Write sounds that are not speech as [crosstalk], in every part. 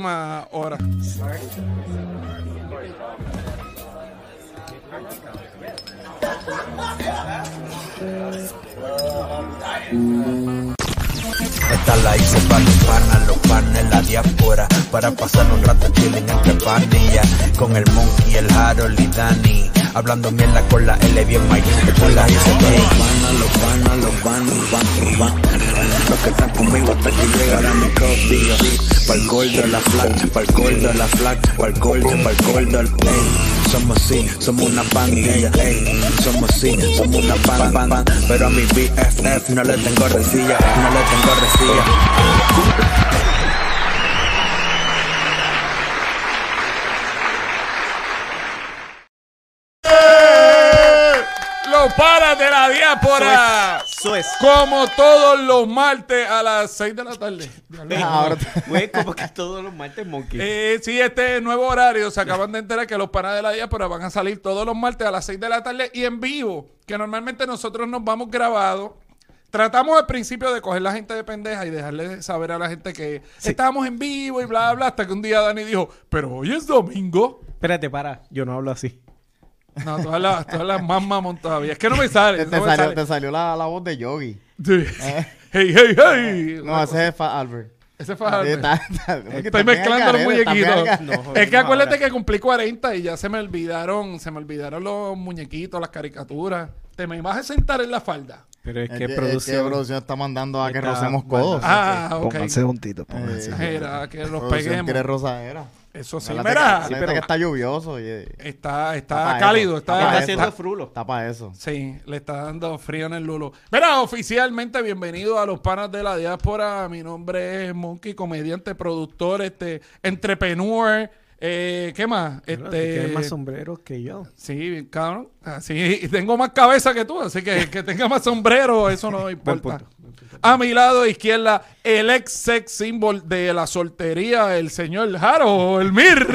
próxima hora. Esta la hice para los panas, los panas en la diáspora Para pasar un rato chilling entre pandillas Con el Monkey, el Harold y Dani Hablando mierda con la L bien Mike Esta la hice para los panas, los panas, los panas, los panas Los que están conmigo hasta que llegarán mis dos días Pa'l gordo, la flaca, pa'l gordo, la flaca Pa'l gordo, pa'l gordo, ey somos sí, somos una pandilla, ey. Somos sí, somos una pan, pan, pan. Pero a mi BFF no le tengo resilla, no le tengo resilla. Los paras de la diáspora. Eso es. Como todos los martes a las 6 de la [laughs] tarde. Ahora [laughs] Güey, como que todos los martes monkey. Eh, sí, este nuevo horario se acaban de enterar que los panas de la diáspora van a salir todos los martes a las 6 de la tarde y en vivo, que normalmente nosotros nos vamos grabados. Tratamos al principio de coger la gente de pendeja y dejarle saber a la gente que estábamos en vivo y bla, bla, hasta que un día Dani dijo, pero hoy es domingo. Espérate, para. Yo no hablo así. No, todas las, todas las más mamón todavía. Es que no me [laughs] sale. Te, te no me salió, sale. te salió la, la voz de Yogi. Sí. Hey, hey, hey. Eh. No, ese es Fa Albert. Ese fue Albert. Está- está- está Estoy bien mezclando los al garete, está bien al muñequitos. garete. [laughs] No, es que no, acuérdate ahora. que cumplí 40 y ya se me olvidaron, se me olvidaron los muñequitos, las caricaturas. Te me vas a sentar en la falda. Pero es que Es que- es que producción. Este, producción está mandando a que Está rocemos codos. Ah, ok. Pónganse juntitos, pónganse. Era que los Producción quiere peguemos. rosadera. Eso sí, Acuérdate mira. que- acuérdate que está lluvioso y eh, Está, está Tapa cálido, eso, Está está, tapa está- haciendo frulo. está para eso. Sí, le está dando frío en el lulo. Mira, oficialmente bienvenido a los panas de la diáspora. Mi nombre es Monkey, comediante, productor, este, entrepreneur. Eh, ¿Qué más? Pero tú tienes Este, más sombreros que yo. sí, bien cabrón. Así, y tengo más cabeza que tú, así que que tenga más sombrero, eso [laughs] no importa. punto, A mi lado izquierda, el ex sex symbol de la soltería, el señor Jaro, el Mir.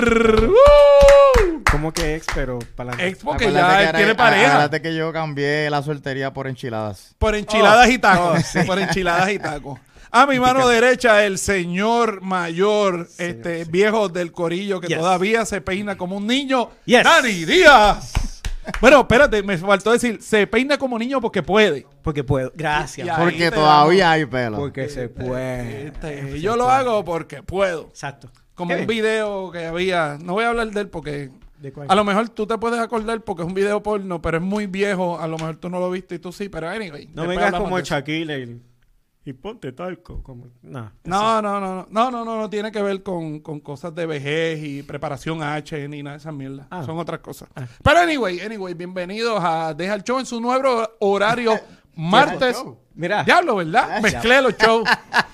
[laughs] ¡Uh! ¿Cómo que ex, pero para la Ex porque Acuérdate ya que él ahora- ah, tiene pareja. Acuérdate que yo cambié la soltería por enchiladas. Por enchiladas Oh, y tacos. Por enchiladas y tacos. [laughs] A mi mano derecha, el señor mayor, este viejo del corillo que Yes. todavía se peina como un niño. Yes. ¡Nani Díaz! Bueno, espérate, me faltó decir, se peina como niño porque puede. Porque puedo. Gracias. Ya. Ahí Porque te todavía hay pelo. Porque se puede. Este, yo lo hago porque puedo. eh, Exacto. Como pues, Qué un bien. video que había, no voy a hablar de él porque ¿De cuál? a lo mejor tú te puedes acordar porque es un video porno, pero es muy viejo, a lo mejor tú no lo viste y tú sí, pero anyway. No después vengas hablamos como de el eso. Shaquille y, y ponte talco. Como... Nah. No, no, no, no, no, no, no, no tiene que ver con, con cosas de vejez y preparación H ni nada de esas mierdas. Ah. Son otras cosas. Pero anyway, anyway, bienvenidos a Deja el Show en su nuevo [laughs] horario martes. show. Mira. Diablo, ¿verdad? Mezclé [laughs] los shows.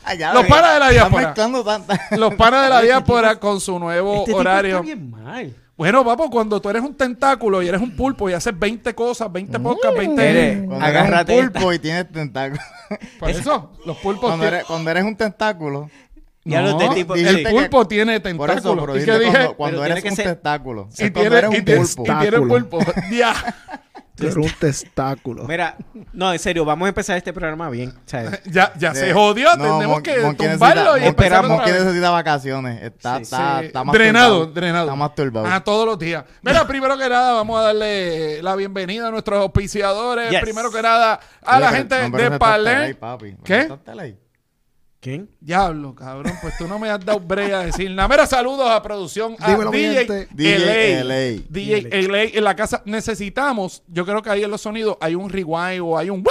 Ah, ya Los ves, panas de la están diáspora. mezclando tanta- Los panas de la diáspora con su nuevo Este tipo horario. está bien mal. Bueno, papo, cuando tú eres un tentáculo y eres un pulpo y haces 20 cosas, 20 podcasts, 20... Mm. [laughs] Eres- Cuando eres Agárrate un pulpo y tienes tentáculos. Por eso, los pulpos... cuando, tie- eres, cuando eres un tentáculo. Ya No, lo te tipo. dijiste el que- pulpo tiene Por tentáculos. eso, pero ¿Y dile qué dije? cuando, cuando Pero eres tiene un que ser- tentáculo. Y Es tiene, cuando y eres tiene- un y pulpo. tiene pulpo. Ya. Tú eres un testáculo. Mira, no, en serio, vamos a empezar este programa bien. ¿sabes? Ya, ya Sí. se jodió. No, Tenemos Mon- que Monkey tumbarlo necesita- y Monkey- empezar Esperamos otra Monkey vez. necesita vacaciones. Está, Sí, está, Sí. está más drenado, turbado. drenado. Está más turbado. Ah, todos los días. [laughs] Mira, primero que nada, vamos a darle la bienvenida a nuestros auspiciadores. Yes. Primero que nada, a Oye, la pero- gente no, pero de no está Teley, Palé. papi. No ¿Qué? está Teley. ¿Quién? Diablo, cabrón, pues tú no me has dado brea a decir nada. Mira, saludos a producción a Dímelo, mi DJ, gente. LA. DJ LA. DJ LA en la casa. Necesitamos, yo creo que ahí en los sonidos hay un rewind o [laughs] hay un...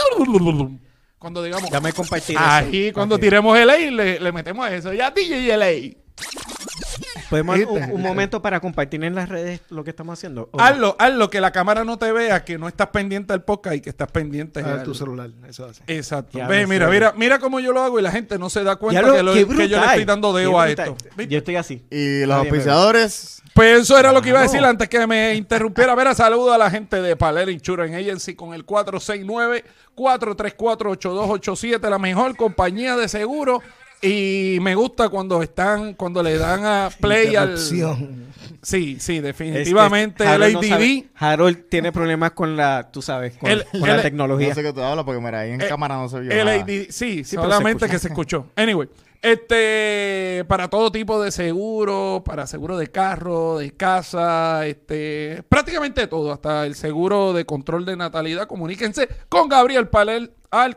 Cuando digamos... Dame compartir. eso. Ahí, cuando Ok. tiremos el ley, le, le metemos eso. Ya DJ ley. ¿Podemos Este un, un momento para compartir en las redes lo que estamos haciendo? ¿O no? Hazlo, hazlo, que la cámara no te vea, que no estás pendiente al podcast y que estás pendiente Ah, al- tu celular, eso hace. Exacto. Ya Ve, lo mira, sé. mira, mira cómo yo lo hago y la gente no se da cuenta Ya lo- que, lo- qué que yo le brutal, estoy dando qué dedo a brutal. esto. ¿Viste? Yo estoy así. Y Nadie me los ve. auspiciadores. Pues eso era lo que iba a Claro. decir antes que me interrumpiera. Mira, saludo a la gente de Paler Insurance Agency con el 469-434-8287, la mejor compañía de seguro. Y me gusta cuando están, cuando le dan a play al. Interrupción. Sí, sí, Es que definitivamente Harold el no ADD. sabe- Harold tiene problemas con la, tú sabes, con, El- con el- la No tecnología. sé qué tú hablas porque, mira, ahí en Eh, cámara no se vio. El nada. ADD, sí, Sí, pero se solamente escuchó. que se escuchó. Anyway, Este, para todo tipo de seguro, para seguro de carro, de casa, este, prácticamente todo, hasta el seguro de control de natalidad. Comuníquense con Gabriel Paler al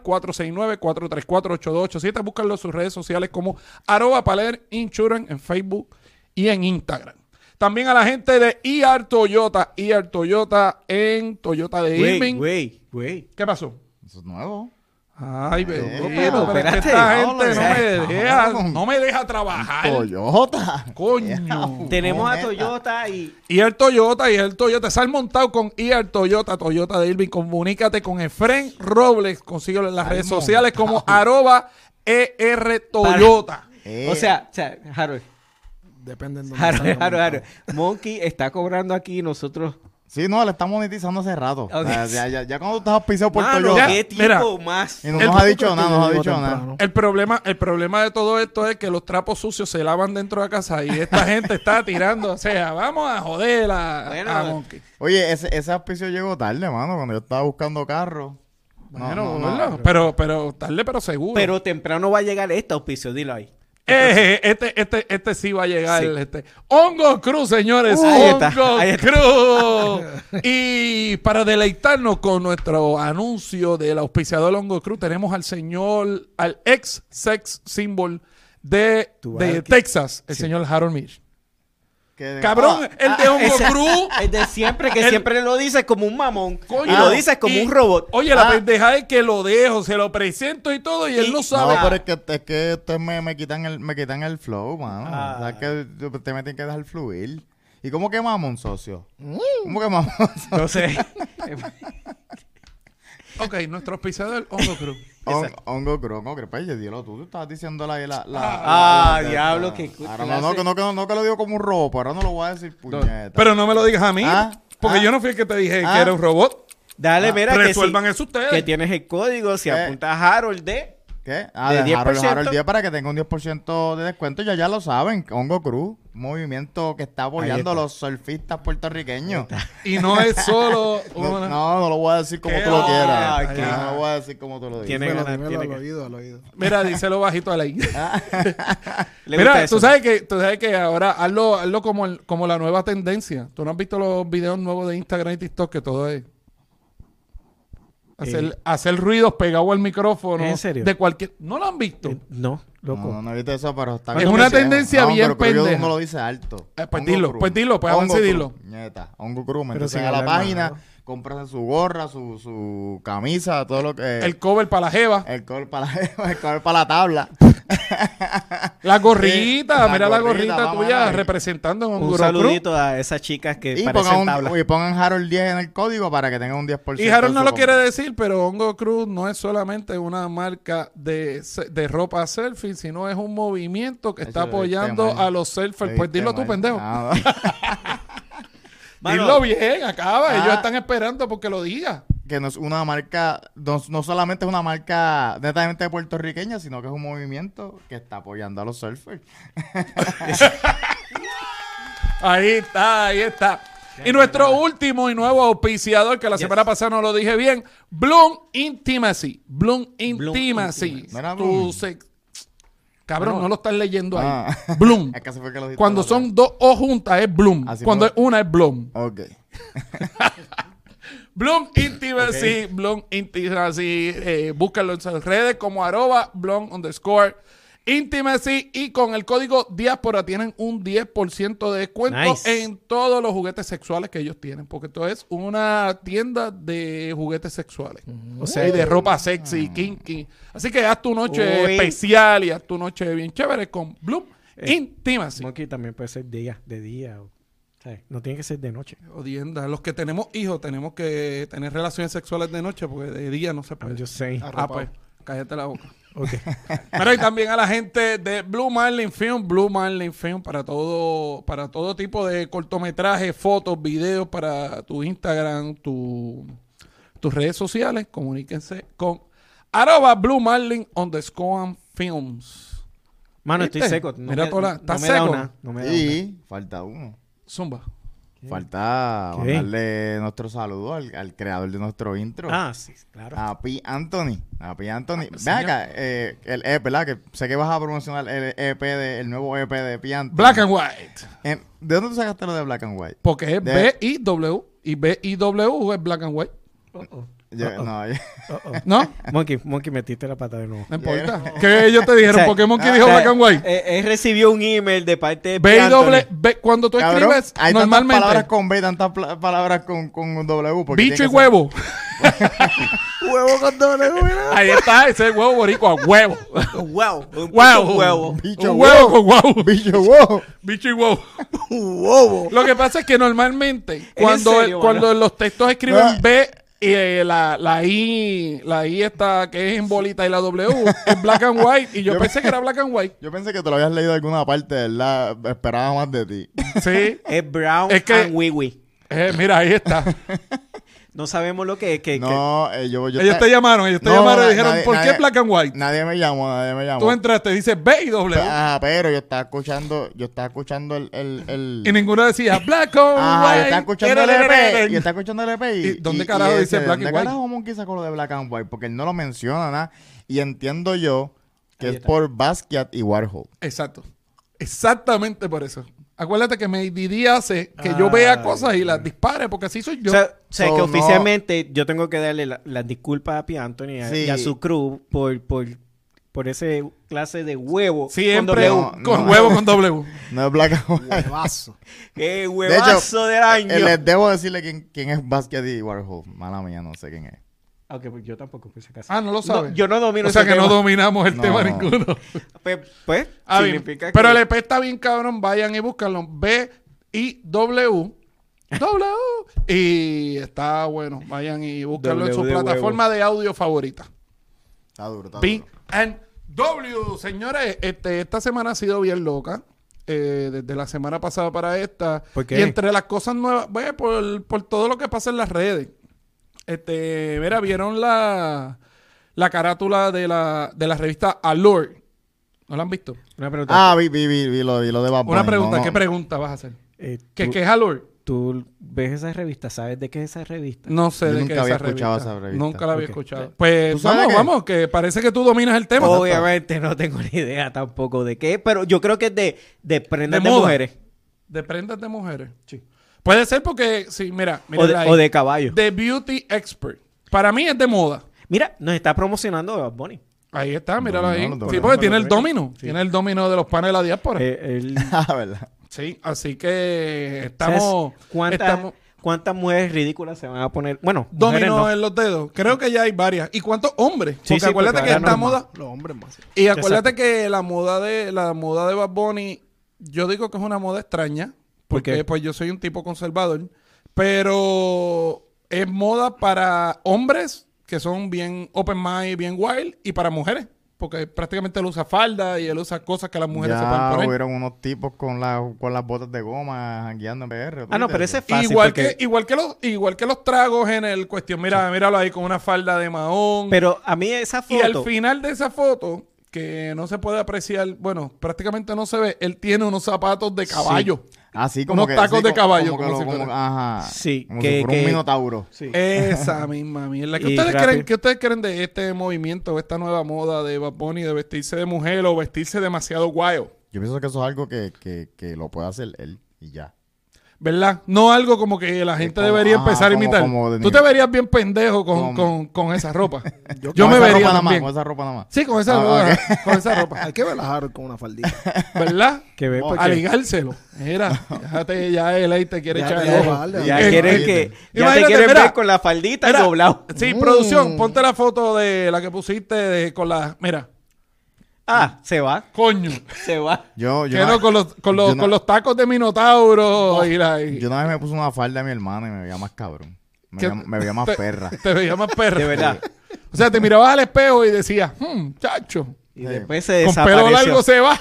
469-434-8287. Búscanlo en sus redes sociales como arroba Paler Insurance en Facebook y en Instagram. También a la gente de ER Toyota, ER Toyota en Toyota de Güey, Irving. güey, güey. ¿Qué pasó? Eso es nuevo. Ay, pero, Eh, pero es que espérate, esta vamos, gente no eh, me deja, vamos. no me deja trabajar. Toyota. Coño. Tenemos a Neta. Toyota y Y el Toyota, y el Toyota. Sal montado con y el Toyota, Toyota de Irving. Comunícate con Efren Robles. Consíguelo en las redes sociales como arroba ER Toyota. Eh, O sea, o sea, Harold, Depende en dónde Harold, salga, Harold, montado. Harold. Monkey está cobrando aquí y nosotros. Sí, no, le está monetizando hace rato. O sea, Ok. ya, ya, ya cuando tú estás auspiciado por Mano, Toyota. qué Ya, mira. tipo más. Y no El- nos ha dicho Creo que nada, no nos ha llegó dicho nada. temprano. El problema, el problema de todo esto es que los trapos sucios se lavan dentro de casa y esta gente está tirando. O sea, vamos a joder a, Bueno, a Monkey. Oye, ese, ese auspicio llegó tarde, mano, cuando yo estaba buscando carro. No, Bueno, no, no. ¿verdad? Pero, pero, tarde, pero seguro. Pero temprano va a llegar este auspicio, dilo ahí. Eh, este, este, este sí va a llegar. Este. Hongo Cruz, señores. Uh, ahí está, Hongo ahí está. Cruz. [laughs] Y para deleitarnos con nuestro anuncio del auspiciador Hongo Cruz, tenemos al señor, al ex sex symbol de, Tú de vas aquí. Texas, el señor Harold Mir. Que- Cabrón, Ah, el de Hongo ese- Cruz. El de siempre, que El- siempre lo dices como un mamón. coño. [laughs] y lo dices como Y- un robot. Oye, la Ah, pendeja es que lo dejo, se lo presento y todo, y, él Y- no sabe. No, pero es que, es que ustedes me, me quitan el, me quitan el flow, mano. Ah. O sea, que ustedes me tienen que dejar fluir. ¿Y cómo quemamos un socio? ¿Cómo quemamos un socio? No sé. Ok, nuestro auspiciador Hongo Cruz. Hon- Hongo Cruz, hongo Cruz. Pues, dilo tú, tú estabas diciendo la... la, la Ah, la- diablo, la- qué Ahora no, no, que no, que no, no que lo digo como un robo, pero ahora no lo voy a decir, puñeta. Pero no me lo digas a mí. Ah, porque ah, yo no fui el que te dije que ah. era un robot. Dale, mira, que, si- Ah, Resuelvan eso ustedes. que tienes el código, si Eh. apuntas a Harold de... ¿Qué? Ah, De de Harold, 10%. Harold Díaz para que tenga un 10% de descuento. Ya ya lo saben. Hongo Cruz, movimiento que está apoyando a los surfistas puertorriqueños. Y no es solo No, una- no, no lo voy a decir como Qué tú lo ay, quieras. qué- No, no lo voy a decir como tú lo dices. Tiene- Dímelo, ganas, dímelo tiene al ganas. oído, al oído. Mira, díselo bajito a la [laughs] Le Mira, gusta tú eso. sabes que tú sabes que ahora hazlo, hazlo como, el- como la nueva tendencia. Tú no has visto los videos nuevos de Instagram y TikTok que todo es hacer, hacer ruidos pegados al micrófono ¿En serio? de cualquier no lo han visto. Eh, No, loco. No, no he visto eso, pero está Es una que se llama. tendencia No, bien pero creo yo pendeja. uno lo dice alto. Eh, pues Hongo dilo, Cruz. pues dilo, pues Hongo avance y Cruz, dilo. Nieta, Hongo Cruz. Me sin a la hablar página, nada. cómprase su gorra, su, su camisa, todo lo que... El cover para la jeva, el col para la, [laughs] el col para la tabla. la gorrita, la mira la gorrita, gorrita vamos a tuya ver. representando a un, Un Guru Cruz. saludito a esas chicas que Y parecen pongan, tabla. un, y pongan Harold 10 en el código para que tengan un 10%. Y Harold de no su lo compra. quiere decir, pero Hongo Cruz no es solamente una marca de, se- de ropa selfie, sino es un movimiento que está Eso lo apoyando viste mal. a los selfies. Lo Pues viste dilo tú, mal. pendejo. Ah, [laughs] Mano, Dilo bien, acaba. Ah. Ellos están esperando porque lo diga. que no es una marca, no, no solamente es una marca netamente puertorriqueña, sino que es un movimiento que está apoyando a los surfers. Ahí está, ahí está. Y nuestro último y nuevo auspiciador, que la semana pasada no lo dije bien, Bloom Intimacy. Bloom Intimacy. Intimacy. ¿No era Tu Bloom? sex- Cabrón, no lo estás leyendo ahí. Ah. Bloom. [laughs] Es que así fue que lo dijiste Cuando la otra son dos O juntas es Bloom. Así Cuando me es una es Bloom. vez. Ok. Bloom Intimacy, Bloom Intimacy, eh, búscalo en sus redes como arroba Bloom underscore Intimacy y con el código diáspora tienen un 10% de descuento Nice. en todos los juguetes sexuales que ellos tienen, porque esto es una tienda de juguetes sexuales. O sea, y de ropa sexy, kinky. Así que haz tu noche Ah. Uy. especial y haz tu noche bien chévere con Bloom Eh, Intimacy. Monkey también puede ser día, de día. o- ¿sabes? No tiene que ser de noche. Odienda, los que tenemos hijos tenemos que tener relaciones sexuales de noche porque de día no se puede. I'm just saying. Ah, pues, cállate la boca. [laughs] Ok. Pero y también a la gente de Blue Marlin Film, Blue Marlin Film para todo, para todo tipo de cortometrajes, fotos, videos para tu Instagram, tu- tus redes sociales, comuníquense con arroba Blue Marlin underscore films. Mano, ¿Viste? estoy seco. No Mira me, toda la- no ¿estás me da seco? una, no me da una. Y falta uno. Zumba. Falta ¿Qué? mandarle nuestro saludo al, al creador de nuestro intro. Ah, sí, claro. A P. Anthony. A P. Anthony. Ve señor. acá, eh, el EP, ¿verdad? Que sé que vas a promocionar el EP, de- el nuevo EP de P. Anthony. Black and White. Em, ¿De dónde tú sacaste lo de Black and White? Porque es De- B-I-W. Y B-I-W es Black and White. Yo- no, yo- ¿No? Monkey, Monkey, metiste la pata de nuevo. No [laughs] importa. ¿Qué ellos te dijeron? O sea, ah, Pokémon que dijo O sea, Black and White. eh, él recibió un email de parte de B Anthony. y doble. B- cuando [laughs] tú Cabrón, escribes hay tantas palabras normalmente. con B, tantas pla- palabras con, con W. porque Bicho y tiene que huevo. Huevo con doble, mira. [laughs] Ahí está, ese es huevo boricua, huevo. Oh, Wow. Huevo. [laughs] Huevo. Bicho, Un huevo con ser- huevo. [laughs] Bicho, wow. [laughs] Bicho y huevo. [laughs] Huevo. Lo que pasa es que normalmente, cuando, serio, cuando los textos Ah. escriben B, y eh, la, la I, la I está que es en bolita y la [laughs] W es black and white. Y yo Yo pensé que era black and [laughs] white. Yo pensé que te lo habías leído de alguna parte, ¿verdad? Esperaba más [laughs] de ti. Sí. Es Brown Es que- and Wiwi. Eh, mira, ahí está. No sabemos lo que es. Que, No, eh, yo, yo Ellos te llamaron, ellos te No, llamaron y na- dijeron, nadie- ¿por qué nadie- black and white? Nadie me llamó, nadie me llamó. Tú entraste, dices B y W. Ajá, pero yo estaba escuchando, yo estaba escuchando el, el, el... Y ninguno decía black and Ajá, yo estaba white. Ah, escuchando el EP, yo estaba escuchando el EP y... ¿Y dónde y- carajo y dice ese, Black and ¿dónde White? carajo Monkey sacó lo de Black and White? Porque él no lo menciona nada. Y entiendo yo que es por Basquiat y Warhol. Exacto. Exactamente por eso. Acuérdate que me Didi hace que yo Ah. vea cosas y las dispare, porque así soy yo. o sea, o sea, So, que no. oficialmente yo tengo que darle la- las disculpas a P. Anthony y a, Sí. y a su crew por, por, por ese clase de huevo. con Siempre con, doble U. W. No. huevo con W. No es Black and White. Huevazo. ¡Qué huevazo del año! Eh, Les debo decirle quién, quién es Basquiat y Warhol. Mala mía, no sé quién es. Aunque pues, yo tampoco pensé que Ah, no lo sabes. yo no domino O sea ese que no tema. dominamos el No. tema [laughs] ninguno. Pues, pues, Ah, bien. significa Pero que... el EP está bien cabrón. Vayan y búscalo. B I W. W. Y está bueno. Vayan y búscalo en su W de plataforma de audio favorita. Está duro, está B duro. and W. Señores, este, esta semana ha sido bien loca. eh, desde la semana pasada para esta. ¿Por qué? Y entre las cosas nuevas, bueno, por, por todo lo que pasa en las redes. Este, mira, vieron la, la carátula de la, de la revista Allure. ¿No la han visto? Una pregunta. Ah, vi, vi, vi, vi lo, vi lo de Bad Una Bunny, pregunta, no, no. ¿qué pregunta vas a hacer? Eh, ¿Qué, tú- qué es Allure? Tú ves esa revista, ¿sabes de qué es esa revista? No sé Yo de qué nunca es había esa escuchado revista. esa revista. Nunca la había Ok. escuchado. Pues ¿Tú sabes vamos, qué? vamos, que parece que tú dominas el tema. Obviamente no tengo ni idea tampoco de qué, pero yo creo que es de, de prendas De de, moda. mujeres. De prendas de mujeres. Sí. Puede ser porque, sí, mira, mira O de, ahí. o de caballo. The Beauty Expert. Para mí es de moda. Mira, nos está promocionando Bad Bunny. Ahí está, míralo Domino, ahí. domino. sí, porque tiene el Domino. domino. Sí. Tiene el domino de los panes de la diáspora. Eh, él- [laughs] Ah, verdad. sí, así que ¿sabes estamos. ¿Cuántas, estamos- ¿Cuántas mujeres ridículas se van a poner? Bueno, mujeres Domino no. en los dedos. Creo que ya hay varias. ¿Y cuántos hombres? Sí, porque sí, acuérdate porque que ahora esta no es moda. Los hombres más. Y acuérdate que la moda de la moda de Bad Bunny, yo digo que es una moda extraña, ¿Por porque qué? pues yo soy un tipo conservador, pero es moda para hombres que son bien open mind, bien wild, y para mujeres, porque prácticamente él usa falda y él usa cosas que las mujeres se Ya pueden poner. hubieron unos tipos con, la, con las botas de goma jangueando en PR. ¿tú Ah, no, viste pero ese eso? es fácil. igual porque- que igual que los igual que los tragos en el cuestión, mira, míralo ahí con una falda de mahón. Pero a mí esa Y al foto... final de esa foto, que no se puede apreciar, bueno, prácticamente no se ve, él tiene unos zapatos de caballo. Ah, sí, como Unos que, tacos sí, de co- caballo, Como que como lo- si como- ajá. Sí, Como que- si fuera que- un minotauro. Sí. eh, Esa [laughs] misma mierda. ¿Qué Y ustedes, rápido. creen, ¿Qué ustedes creen de este movimiento, esta nueva moda de Bad Bunny de vestirse de mujer o vestirse demasiado guayo? Yo pienso que eso es algo que, que, que lo puede hacer él y ya. ¿Verdad? No algo como que la gente como- debería ajá, empezar a como- imitar. como de Tú te nivel. verías bien pendejo con, Como- con- con esa [laughs] ropa. Yo, Con me esa vería ropa nada más, también. con esa ropa nada más. Sí, con esa Ah, ropa. ok. Con esa ropa. [laughs] Hay que relajar con una faldita. ¿Verdad? Que ve, porque- A ligárselo. Mira, déjate ya él ahí te quiere Ya echar te el ojo. vale, Ya Eh, quieren eh, que... Ya te Imagínate, quieren mira, ver con la faldita Mira, doblado. Sí, producción, ponte la foto de la que pusiste de- con la. Mira, Ah, se va, coño. se va. Yo, yo, Que una- no, con los, con los, yo una- con los tacos de Minotauro y la. y- yo una vez me puse una falda a mi hermana y me veía más cabrón. Me, ¿Qué- veía, me veía más te- perra. Te veía más perra. De verdad. O sea, te mirabas al espejo y decías, "Hmm, chacho, Y Sí. después se con pelo largo desapareció. se [laughs] va.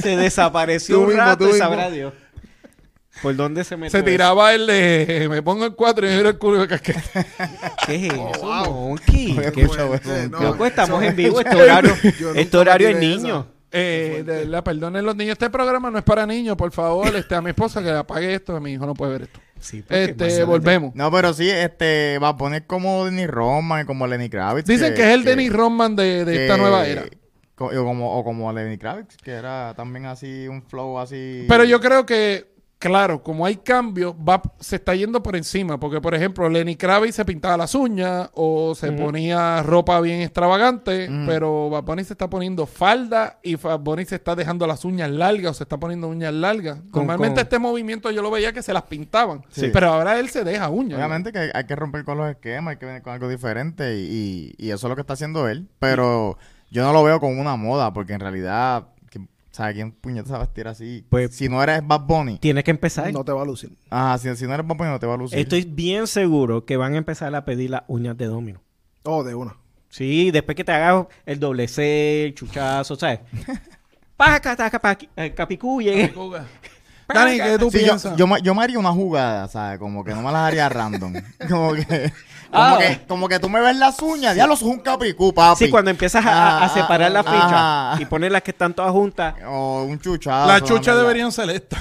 Se desapareció Tú un mismo, rato tú y mismo. sabrá Dios. ¿Por dónde se metió Se tiraba el de. Me pongo el cuatro y me miro el culo de casquete. eso? ¿Qué es eso, Monkey? Oye, ¿Qué escucha, fuerte, güey. no. Loco, estamos eso- en vivo. Este horario, Yo nunca este horario es me tiré niño. Eh, de la perdonen los niños. Este programa no es para niños, por favor. Este, a mi esposa que le apague esto, a mi hijo no puede ver esto. Sí, porque Este, imagínate. volvemos. No, pero sí, este, va a poner como Denny Roman, como Lenny Kravitz. Dicen que es el Denny Rodman de, de esta que- nueva era. co- O como, o como Lenny Kravitz, que era también así, un flow así. Pero yo creo que, claro, como hay cambios, va, se está yendo por encima. Porque, por ejemplo, Lenny Kravitz se pintaba las uñas o se ponía ropa bien extravagante, pero Bad Bunny se está poniendo falda y Bad Bunny se está dejando las uñas largas o se está poniendo uñas largas. Con- Normalmente con- este movimiento yo lo veía que se las pintaban, Sí. pero ahora él se deja uñas. Obviamente que hay, hay que romper con los esquemas, hay que venir con algo diferente y, y- y eso es lo que está haciendo él. Pero yo no lo veo como una moda, porque en realidad, ¿quién- ¿sabes quién puñeta se va a vestir así? Pues- si no eres Bad Bunny, Tienes que empezar. No te va a lucir. ajá, si, si no eres Bad Bunny no te va a lucir. Estoy bien seguro que van a empezar a pedir las uñas de domino. Oh, de una. Sí, después que te hagas el doble C, el chuchazo, ¿sabes? Paca, taca, paqui- eh, capicú, llegué. Dani, ¿qué tú Sí, yo, piensas? yo, me- yo me haría una jugada, ¿sabes? Como que no me las [laughs] haría random. Como que, como, Ah. que, como que tú me ves las uñas, ya los un capicú, papi. Sí, cuando empiezas a, a- a Ah, separar las ah, fichas ah. y poner las que están todas juntas, O un chuchazo. Las una chuchas mierda. deberían ser estas.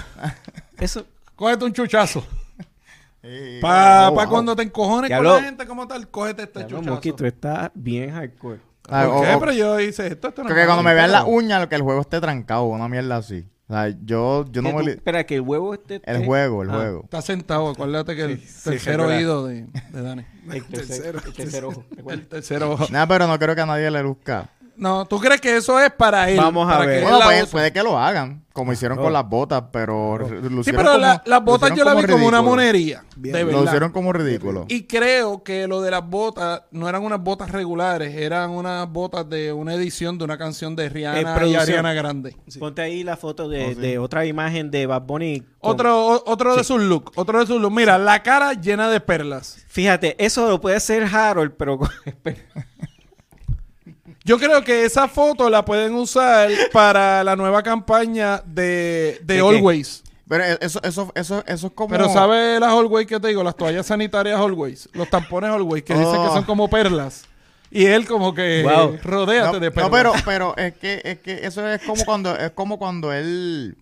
eso... Cógete un chuchazo. Sí. Para Oh, wow. cuando te encojones Ya con lo- la gente como tal, cógete este Ya lo, chuchazo. Moquito, está bien hardcore. Ah, ¿Por o- qué? o- Pero yo hice esto. esto no Creo es que cuando malo, me vean pero- las uñas, que el juego esté trancado, una mierda así. O sea, yo, yo no Que me... tú- li- Espera, que el huevo esté... Ah, El juego, Ah. el juego. Está sentado, acuérdate que el sí, tercer recuerda. oído de, de Dani. El tercero. El tercer ojo. recuerda. El tercer ojo. Nada, pero no creo que a nadie le luzca. No, ¿tú crees que eso es para él? Vamos a Para que ver. él Bueno, pues, la puede, use? puede que lo hagan, como hicieron con Oh. las botas, pero r- lucieron sí, pero la- como- las botas lucieron yo la vi como una ridículo. monería. Bien. De Lo verdad. hicieron como ridículo. Y creo que lo de las botas no eran unas botas regulares, eran unas botas de una edición de una canción de Eh, Rihanna y producción. Ariana Grande. Ponte ahí la foto de, Oh, sí. de otra imagen de Bad Bunny. con- Otro, o- otro de sus looks, otro de sus looks. Mira, la cara llena de perlas. Fíjate, eso lo puede ser Harold, pero... con- [laughs] Yo creo que esa foto la pueden usar para la nueva campaña de, de qué? Always. Pero e- eso, eso, eso, eso es como... Pero ¿sabes las Always que te digo? Las toallas sanitarias Always. Los tampones Always que dicen que Oh. son como perlas. Y él como que Wow. eh, rodéate No, de no, perlas. pero, pero es que, es que eso es como cuando, es como cuando él,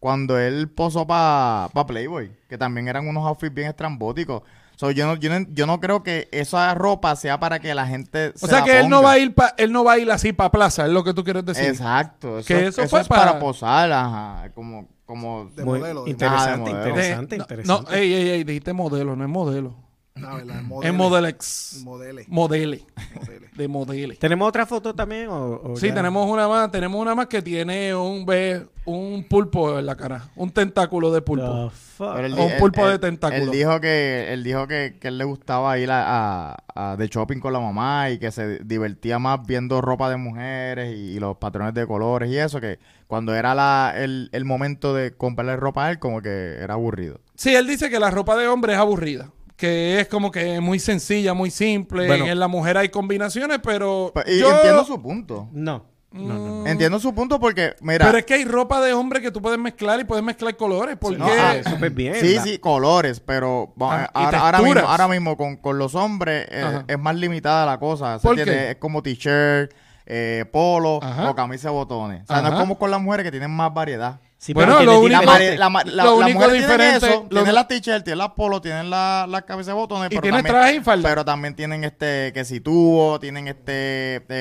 cuando él posó para Playboy, que también eran unos outfits bien estrambóticos. So, yo, no, yo, no, yo no creo que esa ropa sea para que la gente o sea que él no va a ir pa- él no va a ir así para plaza, es lo que tú quieres decir. Exacto. Eso, Que es- eso eso fue es para para- posar, ajá. Como, como... De Muy modelo. de interesante, modelo. Eh, interesante, no, interesante. No, ey, ey, ey, dijiste modelo, no es modelo. modelo. No, ¿verdad? Es modelex. Modele. Modele. Modele. De modele. ¿Tenemos otra foto también? O, o Sí, ya? tenemos una más, tenemos una más que tiene un ve- un pulpo en la cara, un tentáculo de pulpo. The fuck. Pero él O di- un él- pulpo de él- tentáculo. Él dijo que él dijo que, que él le gustaba ir a, a- a de shopping con la mamá y que se divertía más viendo ropa de mujeres y, y los patrones de colores y eso, que cuando era la, el, el momento de comprarle ropa a él, como que era aburrido. Sí, él dice que la ropa de hombre es aburrida. Que es como que muy sencilla, muy simple. Bueno. en la mujer hay combinaciones, pero. Pues, y yo- entiendo su punto. No. No, Mm, no, no. Entiendo su punto porque, mira, Pero es que hay ropa de hombre que tú puedes mezclar y puedes mezclar colores. Porque. no, ah, Súper bien. Sí, la- sí, colores, pero va- Ah, y ahora, ahora mismo, texturas. ahora mismo con, con los hombres eh, Ajá. es más limitada la cosa. ¿se ¿Por entiende? qué? Es como t-shirt, eh, polo Ajá. o camisa de botones. O sea, no Ajá. es como con las mujeres que tienen más variedad. Sí, Bueno, pero lo tiene La, único- diamante. vari- la, la- lo las único mujeres tienen diferente- eso, lo- tienen las t-shirt, tienen las polo, tienen la- las camisas de botones. Y tienen traje y falda. Pero también tienen este que si tubo, tienen este...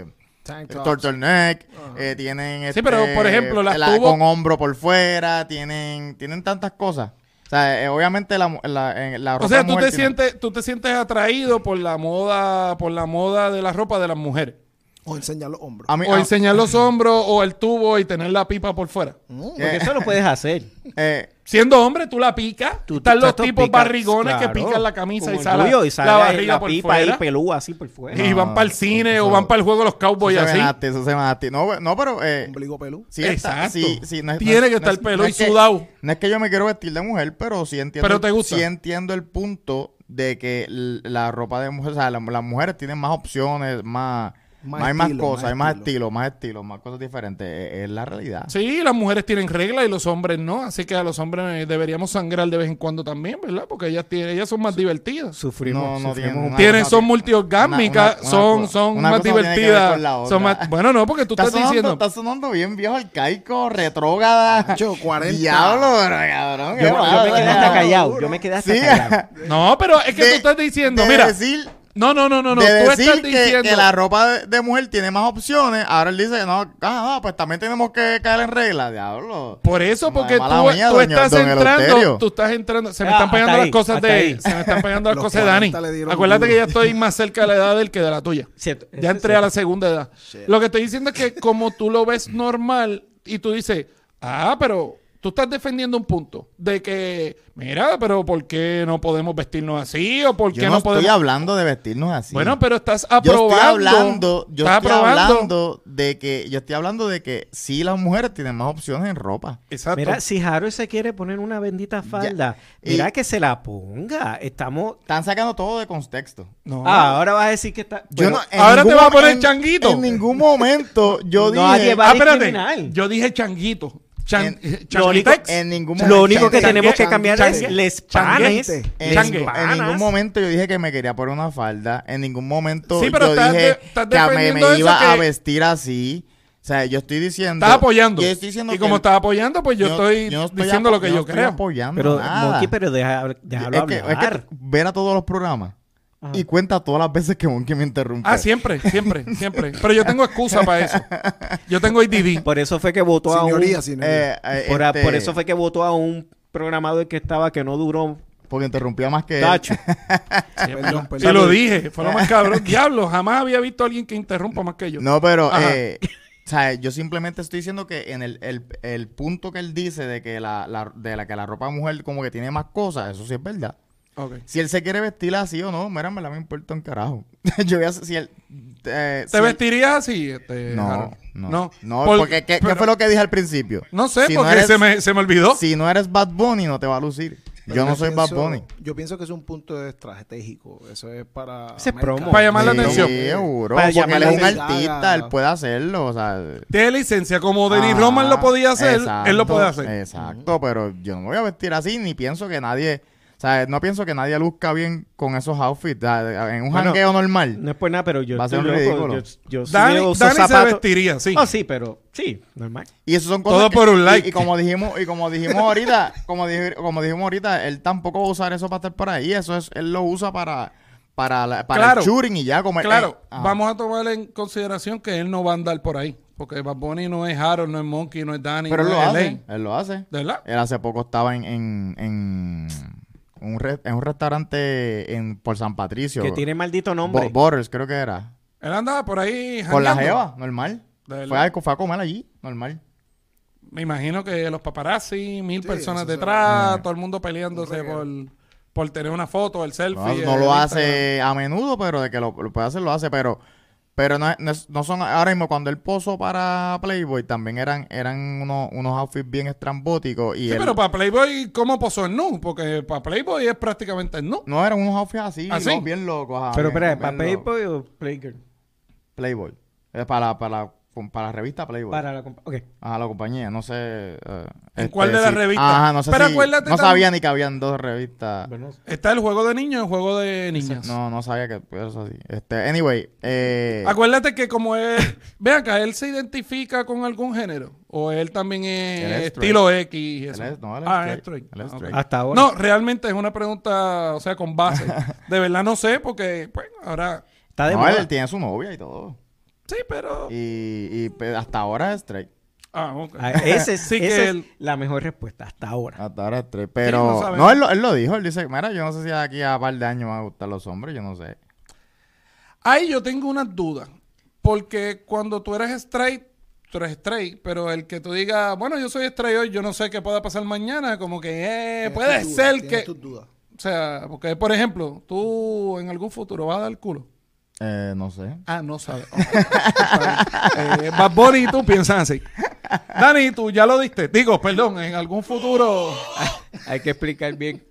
eh, Tank el tops. turtleneck, eh, tienen Sí, pero, por ejemplo, las la- tubo- con hombro por fuera, tienen tienen tantas cosas. O sea, eh, obviamente la, mu- la, en la ropa o sea, de tú mujer te, tiene- sientes, tú te sientes atraído por la moda, por la moda de la ropa de las mujeres. O enseñar los hombros. A mí, ah, O ah. a- enseñar los hombros o el tubo y tener la pipa por fuera. Mm, Porque eso lo [laughs] puedes hacer. eh, Siendo hombre, tú la picas. Tú- están tú- los tú tipos picas, barrigones claro, que pican la camisa y como el salen tuyo, y la, sale la barriga por pipa fuera. ahí pelúa así por fuera. y No, van para el eso- cine o eso- van para el juego de los cowboys eso se así. me nasty, eso se me nasty. No, we- no, pero... Eh, Ombligo pelú. sí está- Exacto. sí- sí, no es- no Tiene es- que no estar es- pelo no y es que- sudado. No es que yo me quiero vestir de mujer, pero sí entiendo... Pero te gusta. Sí entiendo el punto de que l- la ropa de mujer... O sea, la- las mujeres tienen más opciones, más... hay más estilo, cosas, hay más estilo. estilo, más estilo, más cosas diferentes. e, Es, es la realidad. Sí, las mujeres tienen reglas y los hombres no, así que a los hombres eh, deberíamos sangrar de vez en cuando también, ¿verdad? Porque ellas tienen, ellas son más divertidas. No, Sufrimos, no sufrimos tienen un- una- Tienen, cosa son tiene- multiorgásmicas, una- una- son, una son cosa más no tiene que ver con la divertidas. otra. son más- bueno, no, porque tú Está estás sonando, diciendo. está sonando bien viejo arcaico, retrógada. Yo, 40. Ah, Diablo, bro, cabrón. Yo, qué yo me quedé hasta bárbaro. callado. Yo me quedé hasta Sí. callado. No, pero es que De- tú estás diciendo, de mira. Decir, no, no, no, no, no. de Tú decir estás que, diciendo. que la ropa de, de mujer tiene más opciones, ahora él dice, no, ah, no, pues también tenemos que caer en regla, diablo. Por eso, porque Mala tú, mía, tú doña- estás don entrando, Eleuterio. tú estás entrando, se me Ah, están pegando hasta las ahí, cosas hasta de, ahí. se me están pegando las Los cosas de Dani. 40 le dieron Acuérdate duro. que ya estoy más cerca de la edad del que de la tuya. Cierto. Ya entré a la segunda edad. Lo que estoy diciendo es que como tú lo ves normal y tú dices, ah, pero tú estás defendiendo un punto de que, mira, pero ¿por qué no podemos vestirnos así? ¿O por qué Yo no, no, estoy podemos...? hablando de vestirnos así. Bueno, pero estás yo aprobando. estoy hablando, yo estás estoy aprobando. hablando de que, yo estoy hablando de que sí las mujeres tienen más opciones en ropa. Exacto. Mira, si Harold se quiere poner una bendita falda, Y- mira que se la ponga. Estamos. Están sacando todo de contexto. No. Ah, ahora vas a decir que está. Yo Pero- no- en ahora te ningún vas a mo- poner en- changuito. En ningún momento yo No has dije. llevado- va a espérate. discriminar. Yo dije changuito. Chan, eh, En- changuitex. lo único- En ningún momento. Lo único que Changue- tenemos que changue- cambiar es changue- les changue- panes. changuete. En, Changue. ningún- en ningún momento yo dije que me quería poner una falda. En ningún momento Sí, pero yo estás dije de- estás que me, defendiendo me iba eso a que- vestir así. O sea, yo estoy diciendo. Estás apoyando. Yo estoy diciendo y como que- estás apoyando, pues yo, estoy, yo no diciendo apo- lo que yo, no Estoy creo. apoyando Pero, nada. Monkey, pero deja, déjalo es, que, es que hablar. ven a todos los programas Ajá. y cuenta todas las veces que Monkey me interrumpe. Ah, siempre, siempre, siempre. Pero yo tengo excusa para eso. Yo tengo [laughs] ADD. Por eso fue que votó a un. Señoría, señoría. Eh, eh, por, a- este, por eso fue que votó a un programador que estaba que no duró. Porque interrumpía más que él. [laughs] Tacho. Perdón, Pues Y perdón. lo dije, fue lo más cabrón. Diablo, jamás había visto a alguien que interrumpa más que yo. No, pero Ajá. eh, o sea, yo simplemente estoy diciendo que en el, el, el punto que él dice de que la, la- de la que la ropa de mujer como que tiene más cosas, eso sí es verdad. Ok. Si él se quiere vestir así o no, mira, me la me importa un carajo. [laughs] yo voy a si él eh, ¿Te si- Eh, vestirías así? Este, No, Harold? no. No, No, Por- porque ¿qué, qué pero- fue lo que dije al principio? No sé, Si porque eres- se, me, se me olvidó. Si no eres Bad Bunny no te va a lucir. yo no soy Bad Pienso- Bunny. Yo pienso que es un punto estratégico. Eso es para. Ese es marcar. promo. Para llamar la Sí, atención. seguro, Para porque llamar él la es un atención. artista, él puede hacerlo, o sea, Tiene licencia, como Denis Ah, E. Roman lo podía hacer, él lo exacto, Eh, puede hacer. Exacto, pero yo no me voy a vestir así, ni pienso que nadie, o sea, no pienso que nadie luzca bien con esos outfits, o sea, en un Bueno, jangueo normal. No es por nada, pero yo Va a estoy ser un loco. ridículo. Yo, yo sí Dani, uso Dani se zapatos- vestiría, sí. Ah, Oh, sí, pero sí, normal. Y eso son cosas Todo que- por un y- like. Y, como dijimos, y como dijimos [laughs] ahorita, como, dij- como dijimos ahorita, él tampoco va a usar eso para estar por ahí, eso es, él lo usa para, para, la- para Claro. el shooting y ya como Claro, eh, ajá. vamos a tomar en consideración que él no va a andar por ahí. Porque Bad Bunny no es Harold, no es Monkey, no es Danny, Pero no él lo es hace, Elaine. él lo hace. ¿De verdad? Él hace poco estaba en, en, en un, re- en un restaurante en, por San Patricio. Que tiene maldito Bo- nombre. Borders, creo que era. Él andaba por ahí. Con la jangueando. jeva, normal. De verdad. Fue a, fue a comer allí, normal. Me imagino que los paparazzi, mil Sí, personas eso se- detrás, todo el mundo peleándose Un por, reguero. por tener una foto, el selfie. No, el no lo Instagram. hace a menudo, pero de que lo, lo puede hacer, lo hace. Pero pero no, es- no es- no son... Ahora mismo, cuando él posó para Playboy, también eran eran unos, unos outfits bien estrambóticos. Y Sí, él- pero para Playboy, ¿cómo posó en nu? Porque para Playboy es prácticamente en nu. No, eran unos outfits así, ¿Ah, sí? ¿no? bien locos. ajá, Pero bien- espera, bien ¿para locos. Playboy o Playgirl? Playboy. Eh, para, para, para la revista Playboy. Para la compa- Ok. Ajá, la compañía, no sé. eh, este, cuál de las sí. revistas? Ajá, no sé. Pero si- acuérdate no tam- sabía ni que habían dos revistas. Bueno, Está el juego de niños y el juego de niñas. No, no sabía que pues, eso así. Este, anyway, eh, Acuérdate que como él, [laughs] ve acá, él se identifica con algún género. O él también es, Él es straight. estilo X. y eso? Él es- no, él es ah, straight. es straight. Él es Ah, ok. straight. hasta ahora. No, realmente es una pregunta, o sea, con [laughs] base. De verdad no sé, porque, pues, ahora. Está de no, moda. él, tiene su novia y todo. Sí, pero. Y, y pues, hasta ahora es straight. Ah, ok. Ah, Esa es, [laughs] Sí esa que es él- la mejor respuesta hasta ahora. Hasta ahora es straight. no Pero. sabe. no, él, lo, él lo dijo. Él dice, mira, yo no sé si aquí a par de años van a gustar los hombres, yo no sé. Ahí yo tengo una duda. Porque cuando tú eres straight, tú eres straight, pero el que tú digas, bueno, yo soy straight hoy, yo no sé qué pueda pasar mañana, como que, eh, Tienes puede tus dudas, ser tienes que. tus dudas. O sea, porque, por ejemplo, tú en algún futuro vas a dar culo. Eh, no sé. Ah, no sabes. Ok. [laughs] Está bien. Eh, Bad Bunny y tú piensan así. Dani, tú ya lo diste. Digo, perdón, en algún futuro. [laughs] Hay que explicar bien.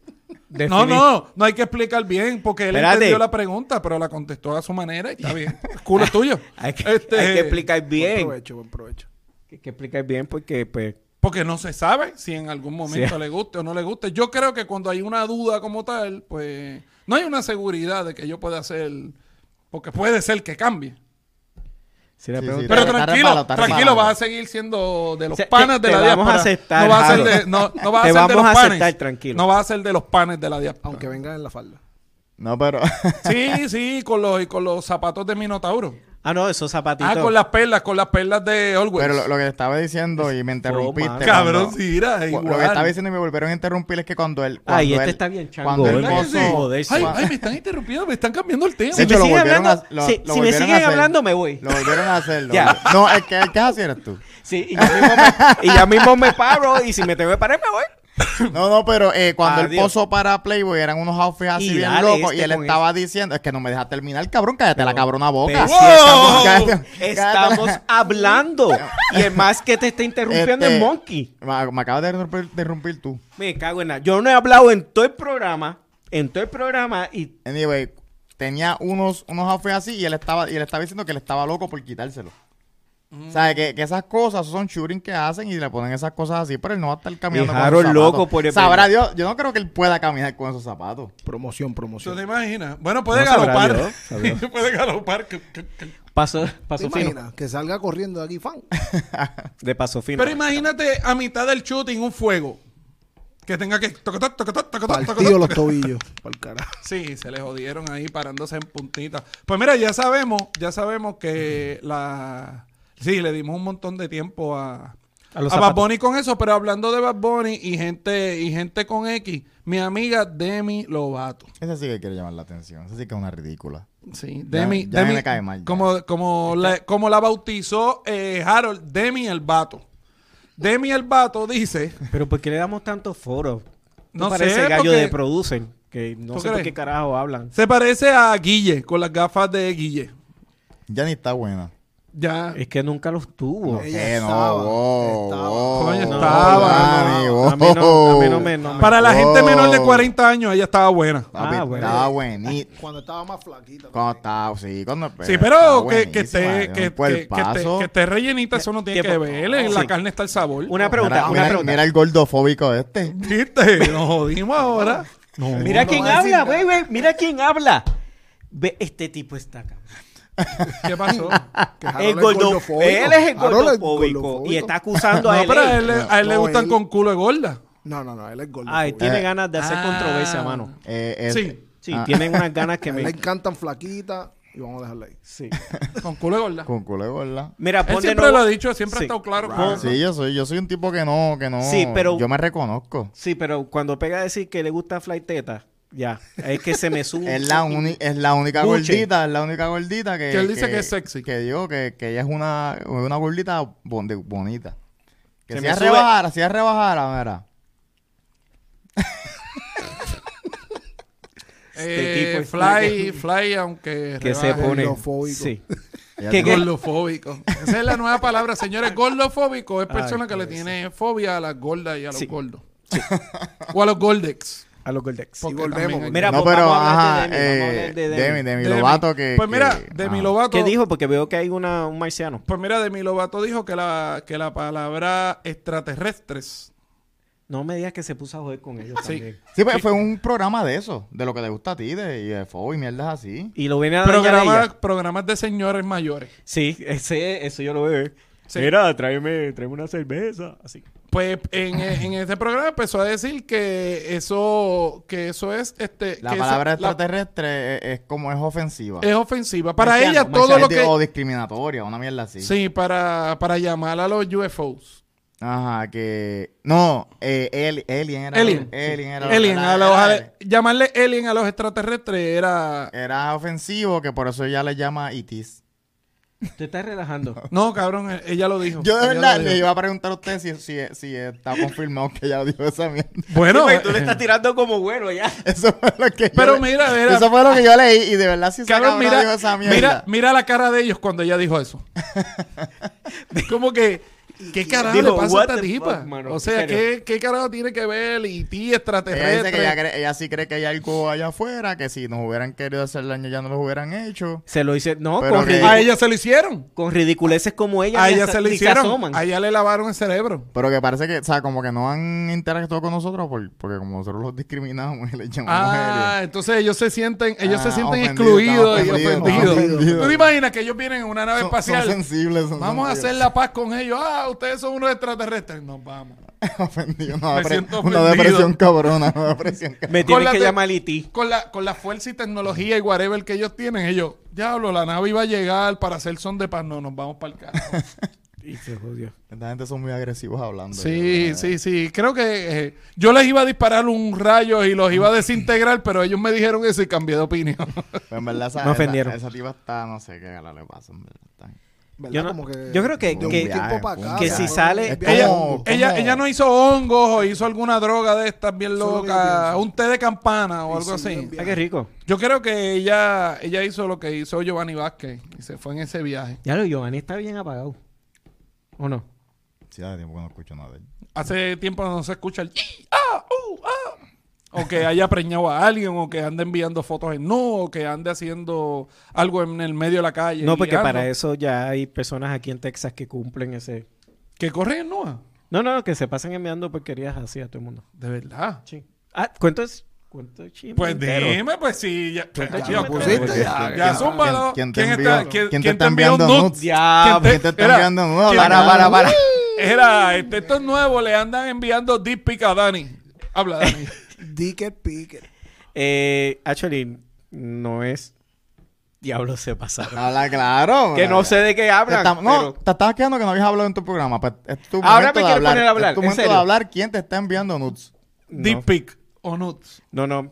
No, definir- no, no hay que explicar bien porque él Espérate. entendió la pregunta, pero la contestó a su manera y está [laughs] bien. El culo es [laughs] tuyo. Hay que, Este, hay que explicar Buen bien. provecho, buen provecho. Hay que explicar bien porque, pues, Porque no se sabe si en algún momento Sí. le guste o no le guste. Yo creo que cuando hay una duda como tal, pues no hay una seguridad de que yo pueda hacer, porque puede ser que cambie. si la Sí, pregunta- sí, Pero Está tranquilo, resbalado, está tranquilo, resbalado. vas a seguir siendo de los O sea, panes te- de te la vamos diáspora. a aceptar, no vas a ser Jaro. de, no, no vas a Te ser de vamos los a panes. aceptar, tranquilo. No vas a ser de los panes de la diáspora. Aunque venga en la falda. No, pero. [laughs] Sí, sí, con los, y con los zapatos de Minotauro. Ah, no, esos zapatitos. Ah, con las perlas, con las perlas de Always. Pero lo, lo que le estaba diciendo y me interrumpiste. mano. cuando- Pues, [laughs] Cabrón, sí, era cu- igual. Lo que estaba diciendo y me volvieron a interrumpir es que cuando él. Cuando Ay, este él- está bien este chango, Cuando el ¿verdad que sí? mozo. Joder, sí. Ay, ay, me están interrumpiendo, me están cambiando el tema. Si De me hecho, lo siguen volvieron hablando, a- lo- si, lo si me volvieron a siguen hacer. hablando, me voy. Lo volvieron a hacer. [laughs] lo Ya. volvieron- No, el que, el que es así eres tú. Sí, y ya mismo me, y ya mismo me paro. Y si me tengo que parar, me voy. No, no, pero eh, cuando el Adiós. pozo para Playboy eran unos outfits así Y bien dale locos este y él con estaba diciendo, es que no me dejas terminar, cabrón, cállate la cabrona boca. [laughs] Pero sí estamos- Cállate- este, cállate [laughs] [laughs] Estamos hablando. Y el más que te está interrumpiendo Este- es Monkey. la- Me, me acabas de interrumpir, de interrumpir tú. Me cago en la. Yo no he hablado en todo el programa. En todo el programa. Y Anyway, tenía unos, unos outfits así y él estaba, y él estaba diciendo que él estaba loco por quitárselo. Mm. O sea, que, que esas cosas son shooting que hacen y le ponen esas cosas así, pero él no va a estar caminando con Harold esos zapatos. loco por el- Sabrá Dios, yo no creo que él pueda caminar con esos zapatos. Promoción, ¿Tú promoción. te imaginas? Bueno, puede No, sabrá galopar. [laughs] Dios, sabrá Dios. puede galopar. que- que- que- paso, ¿Te paso fino. imaginas? Que salga corriendo de [laughs] aquí, fan. De paso fino. Pero imagínate a mitad del shooting un fuego. Que tenga que... tocotá, tocotá, tocotá, Partido tocotá, los tocotá. [laughs] tobillos. Pa'l carajo. Sí, se le jodieron ahí parándose en puntita. Pues mira, ya sabemos, ya sabemos que la... Sí, le dimos un montón de tiempo a... A los a Bad zapatos. Bunny con eso, pero hablando de Bad Bunny y gente, y gente con X, mi amiga Demi Lovato. Esa sí que quiere llamar la atención, esa sí que es una ridícula. Sí, Ya- Demi. ya Demi- me cae mal, ya. Este Como, como, la, como la bautizó eh, Harold, Demi el Vato. Demi el Vato dice. Pero ¿por qué le damos tantos foros? No No parece sé, gallo porque- de producen. Que no ¿Tú sé por crees? qué carajo hablan. Se parece a Guille, con las gafas de Guille. Ya ni está buena. Ya. Es que nunca los tuvo. Ella Eh, estaba, wow, estaba. wow. Coño, No, estaba, Dani, no, a mí no- a mí no me- no me- Para la gente menor de wow. 40 años, ella estaba buena. Papi, Ah, bueno. Estaba buenito. Cuando estaba más flaquita. Cuando estaba, sí, cuando. Sí, estaba pero que, que, buenísima, esté, era que, un que- que esté, cuerpazo. que esté rellenita, eso no tiene Que- que ver. En la Sí. carne está el sabor. Una Mira, pregunta, mira- una pregunta. mira el gordofóbico este. ¿Viste? Nos jodimos ahora. No. Mira No quién va a decir habla, güey, nada. güey. Mira quién habla. Ve, este tipo está acá. ¿Qué pasó? El gordo, él es el gordofóbico y está acusando [laughs] a No, él. eh. pero a él, le- a él le No, gustan él- con culo de gorda. No, no, no, él es gordo. Ay, tiene Eh. ganas de hacer Ah. controversia, mano. Eh, es- Sí. Sí, Ah. tienen unas ganas A [laughs] que él le me... encantan flaquitas y vamos a dejarla ahí. Sí. Con culo de gorda. Con culo de gorda. Mira, Él pon de siempre nuevo- lo ha dicho, siempre Sí. este ha estado claro. con eso. Sí, yo soy, yo soy un tipo que no, que no. Sí, pero- Yo me reconozco. Sí, pero cuando pega a decir que le gusta fly teta, ya, es que [laughs] se me sube. Es la, uni- es la única Buche. gordita, es la única gordita que... Que él dice que es sexy. Que digo que, que ella es una, una gordita bon- de- bonita. Que Se si me es sube- rebajara, si es rebajara, mira. Eh, tipo es- fly, fly, aunque que se rebaje. pone. Gordofóbico. [laughs] Sí. Ella ¿Qué, tiene- qué? Gordofóbico. Esa es la nueva palabra, señores. Gordofóbico es Ay, persona que le pues, tiene fobia a las gordas y a los Sí. gordos. O a los gordex. A los gordex. Porque volvemos. también hay- Mira, No, pues, pero, vamos a ajá, hablar de Demi, vamos a eh, hablar de Demi. Demi, Demi Demi. Lovato que... Pues mira, que- Demi ajá. Lovato. ¿Qué dijo? Porque veo que hay una, un marciano. Pues mira, Demi Lovato dijo que la, que la palabra extraterrestres. No me digas que se puso a joder con ellos Sí. también. Sí, pues fue un programa de eso, de lo que te gusta a ti, de UFO y mierdas así. Y lo viene a dañar a Programas, ella. programas de señores mayores. Sí, ese, eso yo lo veo. Sí. Mira, tráeme, tráeme una cerveza. Así. Pues en, en este programa empezó a decir que eso, que eso es este. La que esa- palabra la- extraterrestre es, es como es ofensiva. es ofensiva. Para Marciano, ella todo Es lo di- que. O discriminatoria, una mierda así. Sí, para, para llamar a los UFOs. Ajá, que... No, eh, Eli- Alien era... Alien. Alien era... Alien, era- a los- era- a- llamarle alien a los extraterrestres era. Era ofensivo, que por eso ella le llama itis. Te estás relajando. No, cabrón, e- ella lo dijo. Yo de Ella lo verdad dijo. le iba a preguntar a usted si, si, si está confirmado que ella dijo esa mierda. [laughs] Bueno, Güey, tú le estás eh, tirando como bueno ya. Eso fue lo que yo Pero le- mira, mira. Ah, Eso fue lo que yo leí y de verdad si esa cabrón, cabrona dijo mira, esa mierda. [laughs] mira, mira la cara de ellos cuando ella dijo eso. Como que ¿Qué carajo Dijo, le pasa a "What esta the tipa? fuck, mano, o sea, en ¿qué, ¿qué carajo tiene que ver y ti Ella dice que ella, extraterrestre? cree- ella sí cree que hay algo allá afuera, que si nos hubieran querido hacer daño ya no los hubieran hecho. Se lo hice. No, Pero con, que- ridicu- A ella se lo hicieron. con ridiculeces como ella. A ni ella asa- se lo ni hicieron. asoman. A ella le lavaron el cerebro. Pero que parece que, o sea, como que no han interactuado con nosotros por- porque como nosotros los discriminamos [laughs] y les llamamos Ah, entonces ellos se sienten, ellos se Ah, sienten ofendidos, excluidos y estamos ofendidos, ofendidos. estamos ofendidos. ¿Tú te imaginas que ellos vienen en una nave héroes. Son- Son, espacial? sensibles, son vamos a hacer sensibles. la paz con ellos. Ah, ustedes son unos extraterrestres. Nos vamos. [laughs] Ofendido, no, Me depre- siento [laughs] una ofendido. depresión cabrona, una depresión cabrona. Me Con tienes la que te- llamar E y ti. Con la, con la fuerza y tecnología y whatever que ellos tienen, ellos, diablo, la nave iba a llegar para hacer son de paz. No, nos vamos para el [laughs] carro. Y se jodió. Esta gente son muy agresivos hablando. Sí, sí, sí. Creo que eh, yo les iba a disparar un rayo y los iba a desintegrar, pero ellos me dijeron eso y cambié de opinión. Pero en verdad esa, Me ofendieron. esa- esa tipa está, no sé qué gala le pasa, en verdad. está- ¿verdad? Yo no- Como que- yo creo que- de un que- tiempo pa' que acá, si cabrón, sale- es [laughs] Ella, como- ella, ella no hizo hongos o hizo alguna droga de estas bien Eso es lo que yo loca, pienso. un té de campana o Sí, algo sí, así. bien. Ah, qué rico. Yo creo que ella ella hizo lo que hizo Giovanni Vázquez y se fue en ese viaje. Ya lo Giovanni está bien apagado. ¿O no? Sí, hace tiempo que no escucho nada de él. Hace tiempo no se escucha el "Yi, ah, uh, ah". o que haya preñado a alguien o que ande enviando fotos en no o que ande haciendo algo en el medio de la calle. No, porque guiando. para eso ya hay personas aquí en Texas que cumplen ese. que corren en Noa, No, no, que se pasan enviando porquerías así a todo el mundo. de verdad. Sí. Ah, ¿cuánto es? ¿Cuánto chisme? Pues entero? dime, pues sí, ya, Pero- ya Pero- pusiste, Pero- ya, ya, ¿quién- quién- zúmbalo. quién te ¿Quién envió- está- quién te quién te envió envió un nudes? nudes? Ya, ¿Quién ¿Quién te está Era- enviando? No, ¿quién- para, para, para. Era, este, estos nuevos le andan enviando dick pic a Dani. Habla, [laughs] Dani. Dicker Picker. Eh, actually, no es. Diablo se pasaron. Habla claro. que no habla. sé de qué Te hablan. estamos- no, pero- te estabas quedando que no habías hablado en tu programa. pero es tu Ahora momento me de quiero poner a hablar, Es tu en momento de serio. hablar quién te está enviando nudes. Dick pic o nudes. No, no.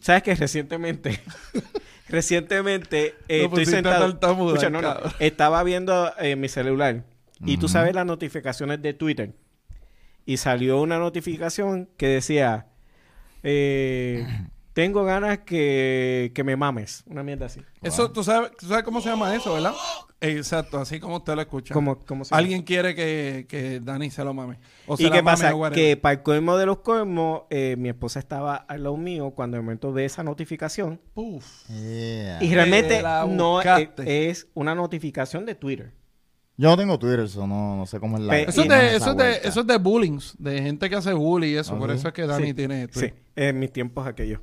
¿Sabes qué? Recientemente. [laughs] recientemente eh, Lo estoy pusiste sentado. tartamuda, Escucha, no, no. cabrón. Estaba viendo eh, mi celular. Y tú sabes las notificaciones de Twitter. Y salió una notificación que decía: [clears throat] eh, Tengo ganas que, que me mames. Una mierda así. Eso, tú sabes, tú sabes cómo se llama eso, ¿verdad? Exacto, así como usted lo escucha. Como, como se Alguien quiere que, que Dani se lo mame. O se ¿Y la qué mame pasa? o whatever. Que para el colmo de los colmos, eh, mi esposa estaba al lado mío cuando de momento ve esa notificación. Puf. Y realmente la no es, buscaste. es una notificación de Twitter. Yo no tengo Twitter, eso no, no sé cómo es la. Pe- Eso, es cómo de, esa eso, es de, vuelta. eso es de bullying, de gente que hace bullying y eso. Por eso es que Dani Sí. tiene esto. Sí, en mis tiempos aquellos.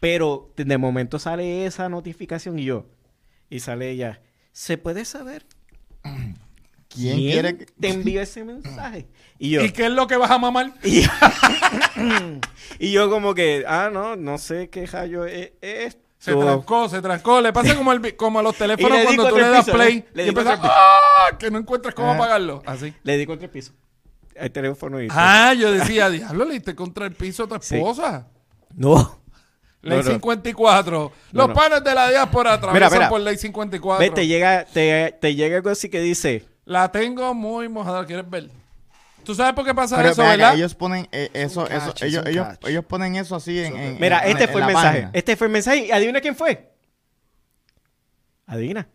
Pero de- de momento sale esa notificación y yo. Y sale ella. ¿Se puede saber ¿Quién, quiere que- te envió [laughs] ese mensaje? Y yo. ¿Y qué es lo que vas a mamar? Y, y yo como que, ah, no, no sé qué rayo e, es esto. Se trancó, se trancó. Le pasa como, el vi- como a los teléfonos Y le di cuando tú le contra el das piso, play ¿eh? Le y di empiezas contra el ¡Ah! que no encuentras cómo apagarlo. Así. Le di contra el piso. Al teléfono y... Ah, yo decía, diablo, le diste contra el piso a tu Sí. esposa. No. Ley No, no. 54. Los no. panes de la diáspora atraviesan mira. por ley 54. Ve, te llega, te, te llega algo así que dice... La tengo muy mojada, ¿quieres ver? ¿Tú sabes por qué pasa Pero eso, ven acá, verdad? ellos ponen eh, eso, un eso, catch, es ellos, un ellos, catch. ellos ponen eso así en. en- Mira, en- este en fue el la mensaje. página. Este fue el mensaje. Y adivina quién fue. Adivina.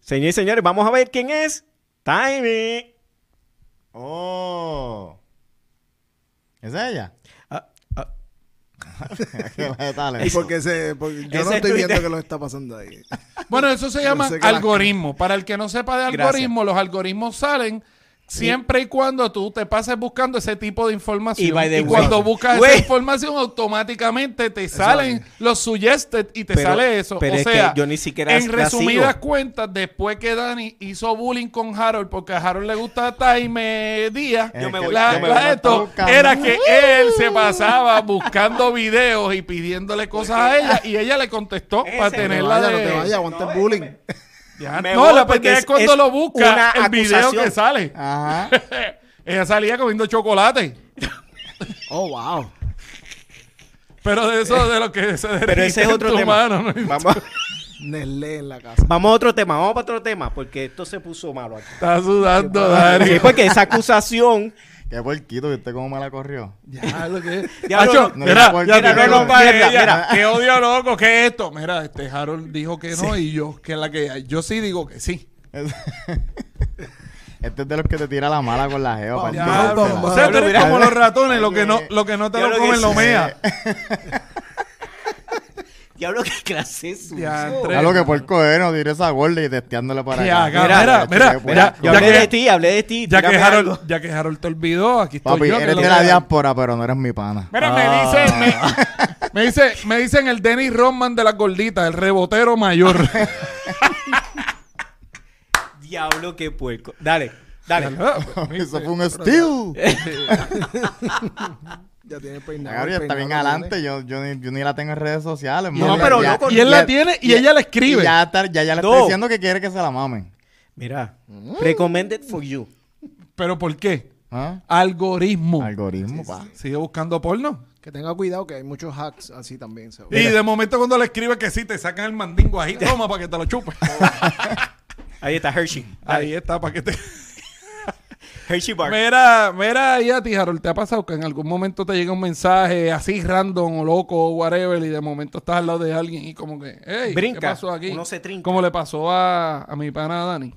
Señores y señores, vamos a ver quién es. Timing. Oh. ¿Es ella? Ah, [laughs] ah, Y Dale. porque se, porque yo no Ese estoy viendo Twitter. que lo está pasando [laughs] ahí. Bueno, eso se llama sé que las- algoritmo. Para el que no sepa de Gracias. algoritmo, los algoritmos salen siempre y cuando tú te pases buscando ese tipo de información. Y by the way- cuando buscas esa Güey. información, automáticamente te salen los suggested y te Pero- sale eso. pero o es que sea, yo ni siquiera en la resumidas sigo. cuentas, después que Dani hizo bullying con Harold, porque a Harold le gusta Time Díaz, Yo me la- voy, la- yo me voy, no esto toca, era no. que él se pasaba buscando videos y pidiéndole cosas a ella, y ella le contestó Ese para no No te tenerla vaya, no de... te vaya, aguanta el bullying. Ya, Me no, voy la porque pendeja es es- cuando es lo busca una el video acusación. que sale. Ajá. Ella salía comiendo chocolate. Oh, wow. Pero de eso, de lo que se Pero derrite ese es en otro tu tema. mano, ¿no? Vamos, Nestlé en la casa. vamos a otro tema, vamos para otro tema, porque esto se puso malo aquí. Está sudando, Dani. Sí, porque esa acusación. Qué porquito, ¿viste cómo me la corrió? Ya, lo que es. Diablo, Hacho, no, mira, no, ya mira, no no, nos va mierda, ella. mira. Qué odio loco, qué es esto. Mira, este [laughs] Harold dijo que no y yo, que es la que hay. Yo sí digo que sí. Este es de los que te tira la mala con la geo. Vamos, pantalón. Ya, Vamos, o sea, tú eres mira. como los ratones, lo que no, lo que no te Yo lo lo que comen lo sé. mea. Diablo, qué clase es Diantre. Ya lo que porco es, no tiré esa gorda y testeándole para Ya, acá. mira, mira, mira, chico, mira, pues, Yo Ya hablé que- de ti, hablé de ti. [laughs] Ya que, tírame algo. Harold, ya que Harold te olvidó, aquí estoy Papi, yo. que eres lo de la Ah. que- diáspora, pero no eres mi pana. Mira, me dicen, me, me dice- me dicen el Dennis Rodman de las gorditas, el rebotero [laughs] mayor. [laughs] Diablo, qué puerco. Dale, dale. [laughs] Eso fue un Eh, steal. Ya pues, tiene La peinado. Gabriel está peinado bien lo adelante. Yo, yo, ni, yo ni la tengo en redes sociales. No, mano. pero Ya- loco, y él la tiene y ella la escribe. y Ya, está- ya, ya le No. está diciendo que quiere que se la mamen. Mira, recommended for you. [laughs] ¿Pero por qué? ¿Ah? Algoritmo. Algoritmo, pa. Sigue buscando porno. tiene. Que tenga cuidado que hay muchos hacks así también. seguro. Y de momento cuando le escribe que sí, te sacan el mandingo [laughs] ahí, toma para que te lo chupes. Ahí está Hershey. Dale, ahí está, para que te... Hershey Bar. Mira, mira, y a ti, Harold, ¿te ha pasado que en algún momento te llega un mensaje así random o loco o whatever y de momento estás al lado de alguien y como que, hey, ¿qué Brinca, pasó aquí? uno se trinca. Como le pasó a, a mi pana Dani.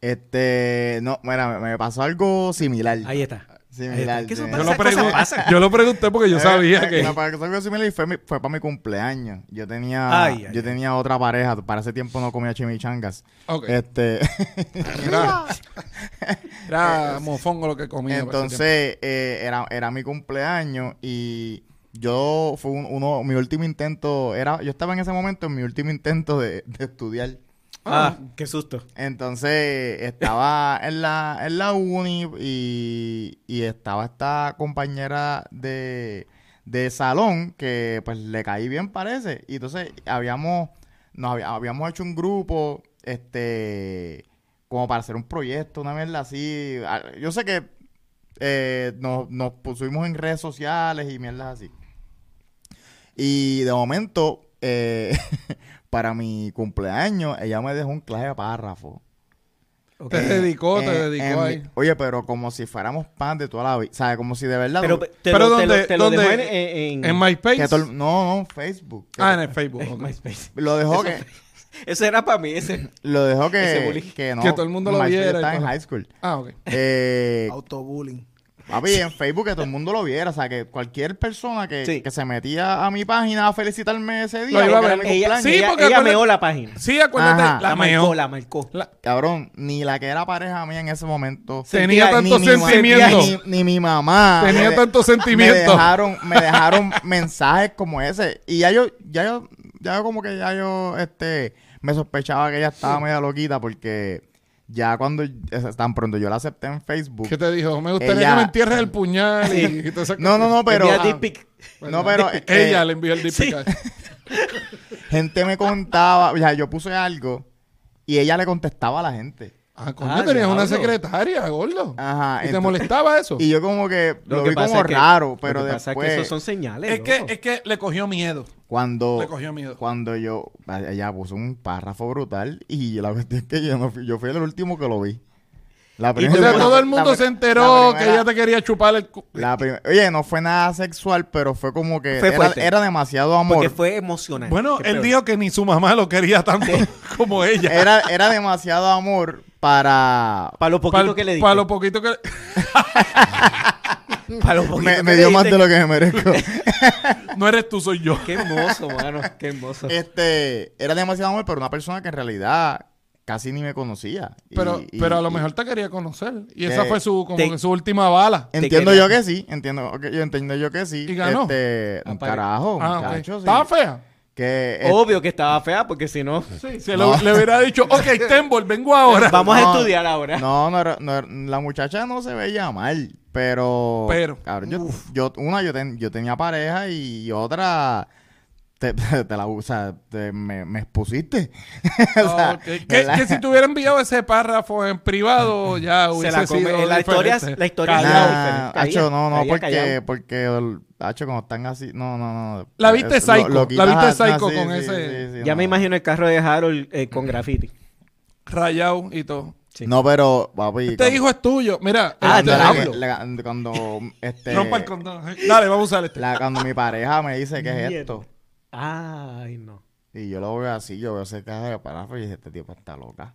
Este, no, mira, me me pasó algo similar. Ahí está. Similar. ¿Qué eso sí. Yo Esas lo, cosas pregun- pasan. Eh, yo lo pregunté porque yo sabía que... Me pasó algo similar Eh, y fue, mi- fue para mi cumpleaños. Yo tenía, Ay, ay, yo ay. tenía otra pareja. Para ese tiempo no comía chimichangas. Ok. Este, Era, era mofongo lo que comía. [laughs] entonces eh, era, era mi cumpleaños y yo fue un- uno, mi último intento era, yo estaba en ese momento en mi último intento de, de estudiar. Ah, qué susto. Entonces estaba en la, en la uni y, y estaba esta compañera de, de salón que pues le caí bien parece. Y entonces habíamos, nos había- habíamos hecho un grupo, este, como para hacer un proyecto, una vez así. Ah, Yo sé que eh, nos, nos pusimos en redes sociales y mierdas así. Y de momento, eh, [laughs] para mi cumpleaños, ella me dejó un clase de párrafo. Te dedicó, te Eh, en dedicó mi- ahí. Oye, pero como si fuéramos pan de toda la vida. O sea, como si de verdad. Pero que te lo, Pero te lo- ¿dónde- te lo dejó en, dónde? en, En MySpace. todo el- no, no, Facebook. Que Ah, en to- el Facebook. en ok. MySpace. [laughs] Lo dejó que. Eso era para mí. Ese. Lo dejó Ese bullying. que. Que, no, Que todo el mundo lo Marcio ya viera y estaba en todo. high school. Ah, ok. [laughs] Eh, Autobullying. papi, en Facebook que todo el mundo lo viera. O sea, que cualquier persona que, Sí. que se metía a mi página a felicitarme ese día. Lo iba a porque era ver. mi Ella, cumpleaños. Sí, ella- porque ella acuérdate- meó la página. Sí, acuérdate, Ajá. la La meó. marcó, la marcó. La- Cabrón, ni la que era pareja mía en ese momento. Tenía Sentía- tanto ni, mi ma- sentimiento. ni- ni mi mamá. Tenía Me- tanto Me sentimiento. dejaron, [laughs] me dejaron mensajes como ese. Y ya yo, ya yo, ya yo como que ya yo, este, me sospechaba que ella estaba media loquita porque ya cuando, es- tan pronto yo la acepté en Facebook. ¿Qué te dijo? Eh, Me gustaría Ella- que me entierres el puñal y, y todas esas No, no, no, pero. Envía dick pic. No, pero. cosas. eh, [laughs] Ella le envió el Sí. dipical. [laughs] gente me contaba, o sea, yo puse algo y ella le contestaba a la gente. Ah, coño, Ah, tenías una diablo. secretaria, gordo. Ajá, ¿Y te entonces- molestaba eso? Y yo como que lo, vi pasa como es que- raro, lo pero que después pasa es que esos son señales. es, que, loco. es que le cogió miedo. cuando Le cogió miedo. cuando yo ella puso un párrafo brutal y la cuestión es que yo no fui, yo fui el último que lo vi. La O primera- sea, todo el la mundo pri- se la enteró que primera- ella te quería chupar el cu- la prim- Oye, no fue nada sexual, pero fue como que Fue era, fuerte. era demasiado Porque amor. fue emocional. Bueno, Qué él peor. dijo que ni su mamá lo quería tanto como ella. Era, era demasiado amor para Para lo poquito Pa'l- que le diste. pa' lo poquito que... pa' [laughs] lo poquito me, que me le dio más de diste. lo que [laughs] me merezco. No eres tú, soy yo. Qué hermoso, mano. Qué [laughs] hermoso. este, era demasiado amor para una persona que en realidad casi ni me conocía. [laughs] Y- Pero, y- pero a lo y- mejor te quería conocer. Y esa Te- fue su, como te- que su última bala. Entiendo quería. yo que sí, entiendo, ok, yo entiendo yo que sí. ¿Y ganó? Este, un Apaga. carajo, Ah, ok. muchacho, sí. Estaba fea. Que eh, Obvio que estaba fea porque si [laughs] no, Si lo- No. le hubiera [laughs] dicho, ok, Tembol, vengo ahora. vamos No. a estudiar ahora. no, no, era- no era- la muchacha no se veía mal, pero Pero. cabrón, yo, yo- una yo, ten- yo tenía pareja y otra te, [laughs] te la o sea, te- me, me expusiste. [laughs] O sea, Ok. que, ¿verdad? que si te hubiera enviado ese párrafo en [laughs] privado, ya Se hubiese la come- sido la historia- diferente. la historia- Callao. Callao, Nah, diferente. Caía, hacho, no, no, caía porque callado. porque hacho cuando están así, no, no, no. La viste eh, lo- psycho, lo la quitas viste a- no, psycho sí, con sí, ese- sí, sí, ya me no. imagino el carro de Harold eh, con graffiti. Rayado y todo. Sí. No, pero papi, Este hijo es tuyo. Mira, Ah, este- cuando, la- diablo. la- cuando, este rompa el condón. Dale, vamos a usar este. la- cuando mi pareja me dice que es Mierda. esto Ay, no. y yo lo veo así, yo veo ese caja de párrafo y dije, este tipo está loca.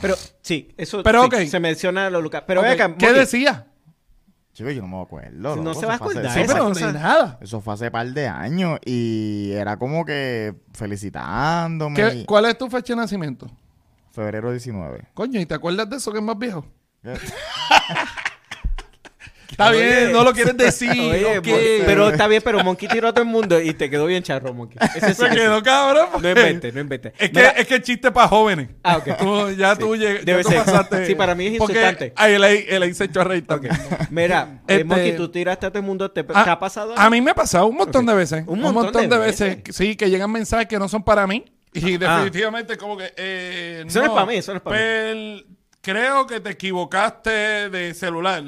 Pero sí, eso Pero, sí, ok. se menciona lo Lucas. Pero Ok, ve acá, ¿Qué Monkey, decía? Chico, yo no me acuerdo. No loco, se va a fue hace- acordar, Sí, eso, Ah, esa pero fue, no cosa- sé nada. eso fue hace par de años y era como que felicitándome. ¿Qué- y- ¿Cuál es tu fecha de nacimiento? Febrero 19. Coño, ¿y te acuerdas de eso que es más viejo? [laughs] Está bien, no lo quieres decir. Oye, ok. Mon- pero está bien, pero Monkey tiró a todo el mundo y te quedó bien charro, Monkey. Ese [laughs] sí, se ese quedó sí. cabrón. No porque- inventes, no inventes. Es que, Mira, es que el chiste para jóvenes. Ah, ok. Tú- ya tú lleg- ya Debe tú ser. pasaste. Sí, para mí es Porque insultante. ahí el, el, ahí se echó a reír ok. también. Mira, eh, Este- Monkey, tú tiraste a todo el mundo. ¿Te, Ah, te ha pasado? A mí me ha pasado un montón Ok. de veces. Un montón, de, veces. Sí, que llegan mensajes que no son para mí. Y Ah. definitivamente como que... Eh, Eso no es para mí, eso no es para mí. Pel, Creo que te equivocaste de celular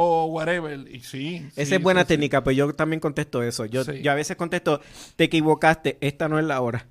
o whatever. Y sí. Esa sí, es buena sí, sí. técnica, pues yo también contesto eso. Yo, Sí. yo a veces contesto, te equivocaste, esta no es la hora.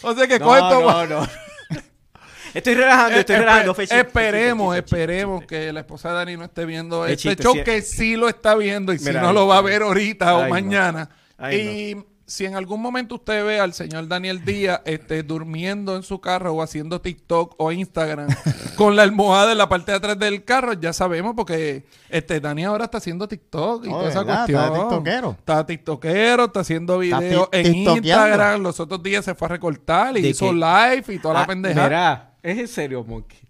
O sea que coge todo- no. [laughs] estoy relajando, estoy Espe- relajando. fue chiste, esperemos, fue chiste, fue chiste, esperemos chiste. que la esposa de Dani no esté viendo Es este chiste, show, sí es- que sí lo está viendo y si Mira, no ahí lo va a está. ver ahorita o Ay, no. mañana. Ay, y si en algún momento usted ve al señor Daniel Díaz este, durmiendo en su carro o haciendo TikTok o [laughs] Instagram con la almohada en la parte de atrás del carro, ya sabemos porque este Dani ahora está haciendo TikTok y Oh, toda esa ¿verdad? cuestión. Está tiktokero. Está tiktokero, está haciendo Está videos ti- en tiktokeando. Instagram. Los otros días se fue a recortar y ¿De hizo qué? live y toda la Ah, pendeja. Mira, es en serio, Monkey.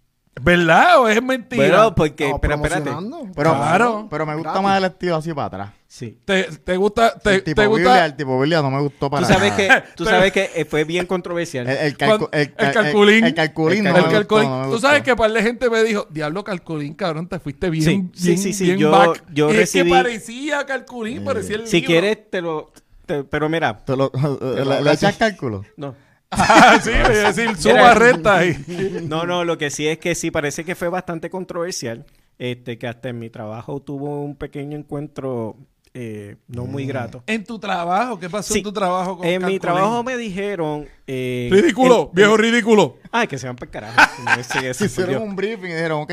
¿Verdad o es mentira? Pero, porque, No, pero espérate. promocionando. Pero, Claro. pero me gusta Gratis. más el estilo así para atrás. Sí. ¿Te, te gusta? ¿Te, el tipo te Biblia, gusta? el tipo Biblia no me gustó para Tú sabes nada. que, tú Pero- sabes que eh, fue bien controversial. El, el, calcu- Cuando- el, el calculín. El calculín. no el me calculín. gustó, no me Tú sabes gustó. que par de gente me dijo, diablo calculín, cabrón, te fuiste bien, Sí, bien, sí, sí, sí, bien yo- back". yo Y es recibí- que parecía calculín, parecía el si libro. quieres, te lo. te- pero mira, Tú lo- [laughs] le, le echas cálculo. no. [laughs] Ah, [laughs] sí, voy a decir, suma Mira. recta ahí. No, no, lo que sí es que sí, parece que fue bastante controversial. Este, que hasta en mi trabajo tuvo un pequeño encuentro eh, no muy grato. En tu trabajo, ¿qué pasó Sí. en tu trabajo con En mi calculín? trabajo me dijeron. eh, Ridículo, en- viejo ridículo. Ay, que se van para carajo. No, [laughs] sí, [laughs] eso, por Hicieron Dios. un briefing y dijeron, ok,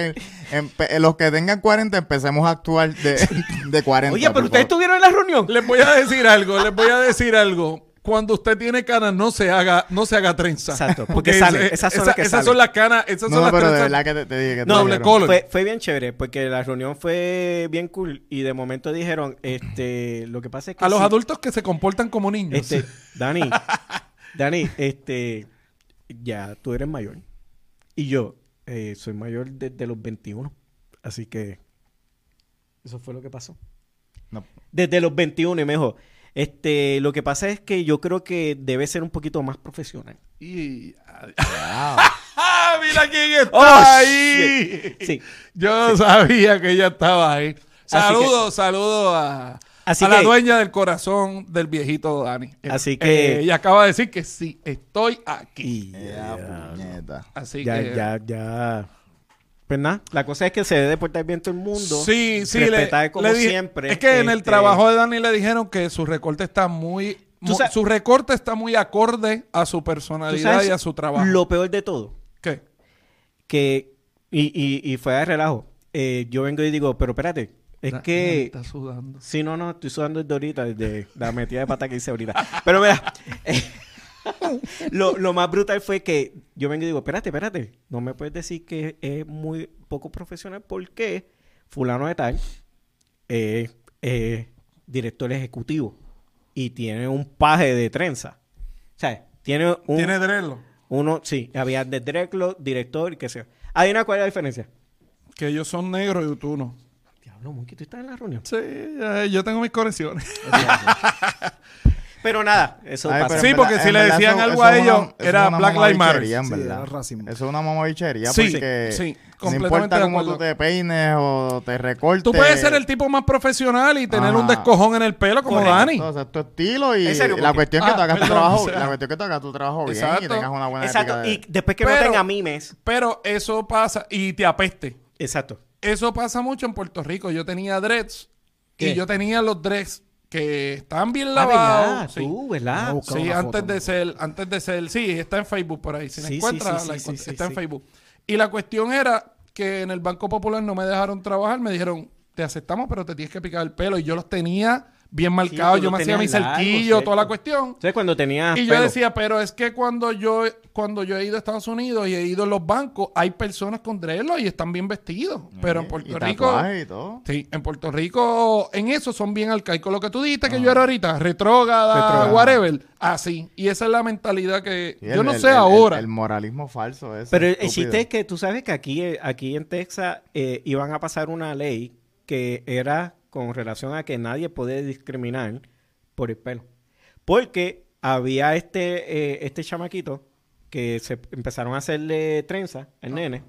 empe- eh, los que tengan 40 empecemos a actuar de, [laughs] de 40. Oye, por pero ustedes favor. estuvieron en la reunión. Les voy a decir algo, les voy a decir algo. Cuando usted tiene canas, no se haga, no se haga trenza. Exacto, porque salen, ese- esas son esa- las que esas salen. son las canas, esas No, son las no, pero de trenzas. verdad que te, te dije que te No, doble dijeron. color. fue, fue bien chévere porque la reunión fue bien cool y de momento dijeron, este, lo que pasa es que A los sí, adultos que se comportan como niños. este, [laughs] Dani, Dani, este, ya tú eres mayor y yo eh, soy mayor desde los 21, así que eso fue lo que pasó. No. Desde los 21 y me dijo, este, lo que pasa es que yo creo que debe ser un poquito más profesional. Y... Wow. ¡Ah, mira quién está Oh, ahí! shit. Sí. Yo sabía que ella estaba ahí. Saludos, saludos a, Así a la que- dueña del corazón del viejito Dani. Así que- Eh, ella acaba de decir que sí, estoy aquí. Y Ya, puñeta. Así ya, que... ya, ya. Pues nada, la cosa es que se debe portar bien todo el mundo. Sí, sí, Respetar como dije- siempre, Es que en el este- trabajo de Dani le dijeron que su recorte está muy, Tú mu- sa- su recorte está muy acorde a su ¿Tú personalidad sabes y a su trabajo. Lo peor de todo, ¿Qué? que. Y, y, y fue de relajo. Eh, yo vengo y digo, pero espérate, es Da- Dani que. está sudando. Sí, no, no, estoy sudando desde ahorita, desde la metida de pata que hice ahorita. Pero mira, eh, [laughs] lo, lo más brutal fue que yo vengo y digo, espérate, espérate, no me puedes decir que es muy poco profesional porque fulano de tal es eh, director ejecutivo y tiene un paje de trenza. O sea, tiene un... Tiene dreadlock. Uno, sí, había de dreadlock, director y qué sé yo. Hay una cuál es la diferencia. Que ellos son negros y tú no. Diablo, Monkey, tú estás en la reunión. Sí, eh, yo tengo mis correcciones. Pero nada, eso Ay, pasa. pero Sí, en porque verdad- si en le verdad decían eso- algo eso a es ellos, una- eso era es una Black Lives Matter. mamabichería, en Sí, verdad. era racismo. Eso es una mamabichería Sí, porque sí, no completamente importa de cómo acuerdo. tú te peines o te recortes. Tú puedes Este ser el tipo más profesional y tener Ajá. un descojón en el pelo como Correcto. Dani. O sea, tu estilo y En serio, la porque- cuestión es que Ah, tú hagas tu perdón, trabajo, o sea. la cuestión es que tú hagas tu trabajo bien y Exacto. tengas una buena ética Exacto. de- Y después que no Pero- tenga mimes. Pero eso pasa y te apeste. Exacto. Eso pasa mucho en Puerto Rico. Yo tenía dreads ¿Qué? y yo tenía los dreads que están bien Ah, lavados. ¿verdad? sí. Tú, ¿verdad? No, Busca Sí, una antes foto, de ¿no? ser, antes de ser, sí, está en Facebook por ahí. Si la Sí, sí, encuentras, sí, la sí, sí, encuentras. sí, está sí. en Facebook. Y la cuestión era que en el Banco Popular no me dejaron trabajar, me dijeron, te aceptamos, pero te tienes que picar el pelo. Y yo los tenía bien marcado. yo tú lo me hacía mi tenías largo, cerquillo, toda la ¿cierto? cuestión. Entonces, cuando tenía. Y yo pelo. decía, pero es que cuando yo, cuando yo he ido a Estados Unidos y he ido a los bancos, hay personas con dreadlocks y están bien vestidos. Pero en Puerto Y Rico... tatuajes y todo. Sí, en Puerto Rico, en eso son bien arcaicos. Lo que tú dijiste Ah. que yo era ahorita, retrógada, whatever, así. Y esa es la mentalidad que Sí, yo el- no el- sé el- ahora. El, el moralismo falso ese. Pero el estúpido. chiste es que tú sabes que aquí, eh, aquí en Texas eh, iban a pasar una ley que era con relación a que nadie podía discriminar por el pelo. Porque había este, eh, este chamaquito que se empezaron a hacerle trenza Ah. al nene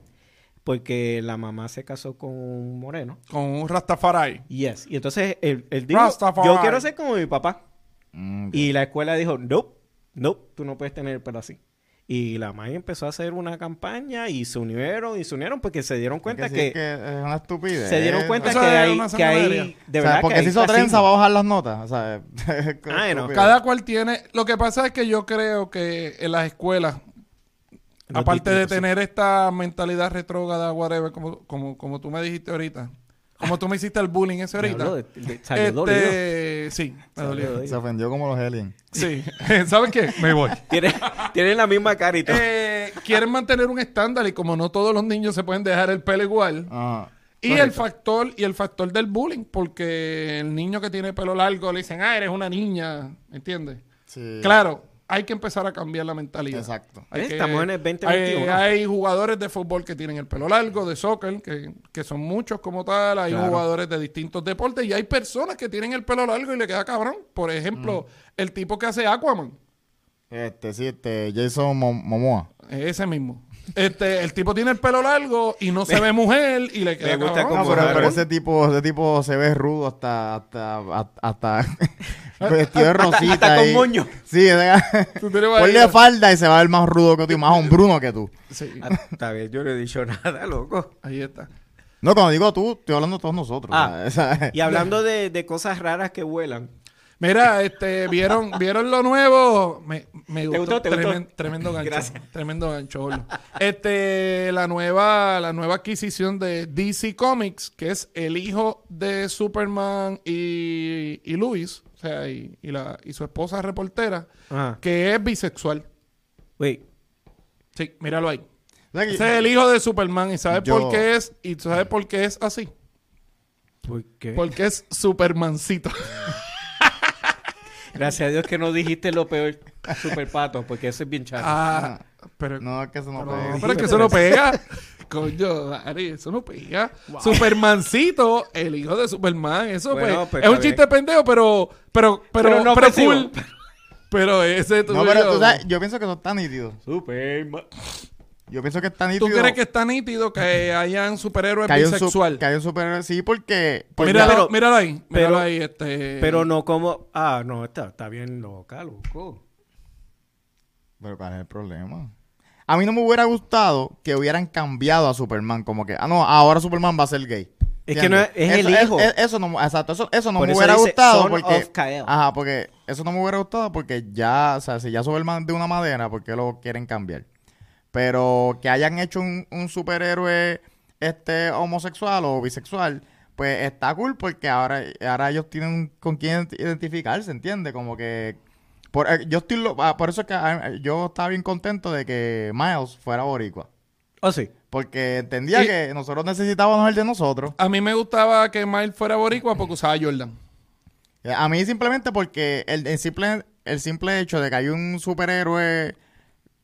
porque la mamá se casó con un moreno. Con un Rastafari. Yes. Y entonces él, él dijo, Rastafari. yo quiero ser como mi papá. Mm, Y la escuela dijo, no, no, tú no puedes tener el pelo así. Y la MAI empezó a hacer una campaña y se unieron y se unieron porque se dieron cuenta sí, que, es es una estupidez. se dieron cuenta Eso que es hay, una que hay sanguinaria. de O sea, verdad porque que si hay hizo trenza racismo. va a bajar las notas. O sea, [laughs] Ay, no. Cada cual tiene. Lo que pasa es que yo creo que en las escuelas, Los aparte de distintos, sí. tener esta mentalidad retrógrada, whatever, como, como, como tú me dijiste ahorita, como tú me hiciste el bullying [laughs] ese Me habló ahorita. de- de- salió dolido. este, sí, me Salió dolió. dolido. Se ofendió como los aliens. Sí. [laughs] ¿Sabes qué? Me voy. Tiene, tiene la misma cara y todo. Eh, quieren mantener un estándar y como no todos los niños se pueden dejar el pelo igual. Ajá. Y el factor y el factor del bullying, porque el niño que tiene pelo largo le dicen, ah, eres una niña, ¿entiendes? Sí. Claro, hay que empezar a cambiar la mentalidad. Exacto. Hay que- Eh, Estamos en el hay, 2021. hay jugadores de fútbol que tienen el pelo largo, de soccer, que, que son muchos como tal. Hay jugadores de distintos deportes y hay personas que tienen el pelo largo y le queda cabrón. Por ejemplo, Mm. el tipo que hace Aquaman. Este, sí, este, Jason Mo- Momoa. Ese mismo. Este, el tipo tiene el pelo largo y no se ve mujer y le queda gusta cabrón. Ah, cómo- No, pero, Momoa, pero ¿no? ese tipo, ese tipo se ve rudo hasta, hasta, hasta, [laughs] hasta- vestido de rosita. hasta con ahí. moño. Sí, [laughs] o sea, Tú tienes ponle variedad. falda y se va a ver más rudo que tú y más hombruno que tú. pues, Sí, Hasta bien, Ah, yo no he dicho [laughs] nada, loco. ahí está. No, cuando digo tú, estoy hablando de todos nosotros. Ah. o sea, [laughs] o sea, Y hablando de, de cosas raras que vuelan, Mira, este, vieron, vieron lo nuevo. Me, me ¿Te gustó. gustó? ¿Te Tremen- gustó? Tremendo gancho. Gracias. Tremendo gancho. boludo. Este, la nueva, la nueva adquisición de DC Comics, que es el hijo de Superman y, y Luis, o sea, y, y la, y su esposa reportera, Ajá. que es bisexual. Wait, Sí, míralo ahí. que- Ese es el hijo de Superman. ¿Y sabes Yo- por qué es? ¿Y tú sabes por qué es así? ¿por qué? Porque es [laughs] Supermancito. Gracias a Dios que no dijiste lo peor, super pato, porque eso es bien chato. Ah, pero, No, es que eso no pero- pega. pero es que eso no pega. Coño, Ari, eso no pega. Supermancito, el hijo de Superman. Eso Bueno, pues, pues, es está un chiste pendejo, pero, pero, pero, Pero no pero ofensivo. cool. Pero ese tú, No, pero tú yo- sabes, yo pienso que eso está nítido. Superman. Yo pienso que está ¿Tú nítido. crees que está nítido que hayan superhéroes que hay un bisexual? Pues su- que hay un superhéroe? Sí, porque... porque- míralo, pero- míralo ahí. Míralo pero- ahí, este. Pero no como. Ah, no, está, está bien loca, loco. Pero ¿cuál es el problema? A mí no me hubiera gustado que hubieran cambiado a Superman. Como que, ah, no, ahora Superman va a ser gay. Es que no es- es Eso- el hijo. es- eso no, exacto, eso, eso no Por me eso hubiera dice gustado. Son porque, of Kal-El. Ajá, porque eso no me hubiera gustado porque ya, o sea, si ya Superman es de una madera, ¿por qué lo quieren cambiar? Pero que hayan hecho un, un superhéroe este homosexual o bisexual, pues está cool porque ahora, ahora ellos tienen con quién identificarse, ¿entiendes? Como que por, eh, yo estoy lo- ah, por eso es que ah, yo estaba bien contento de que Miles fuera boricua, Oh, sí. porque entendía Y- que nosotros necesitábamos el de nosotros. A mí me gustaba que Miles fuera boricua porque usaba Jordan. Eh, A mí simplemente porque el, el simple, el simple hecho de que hay un superhéroe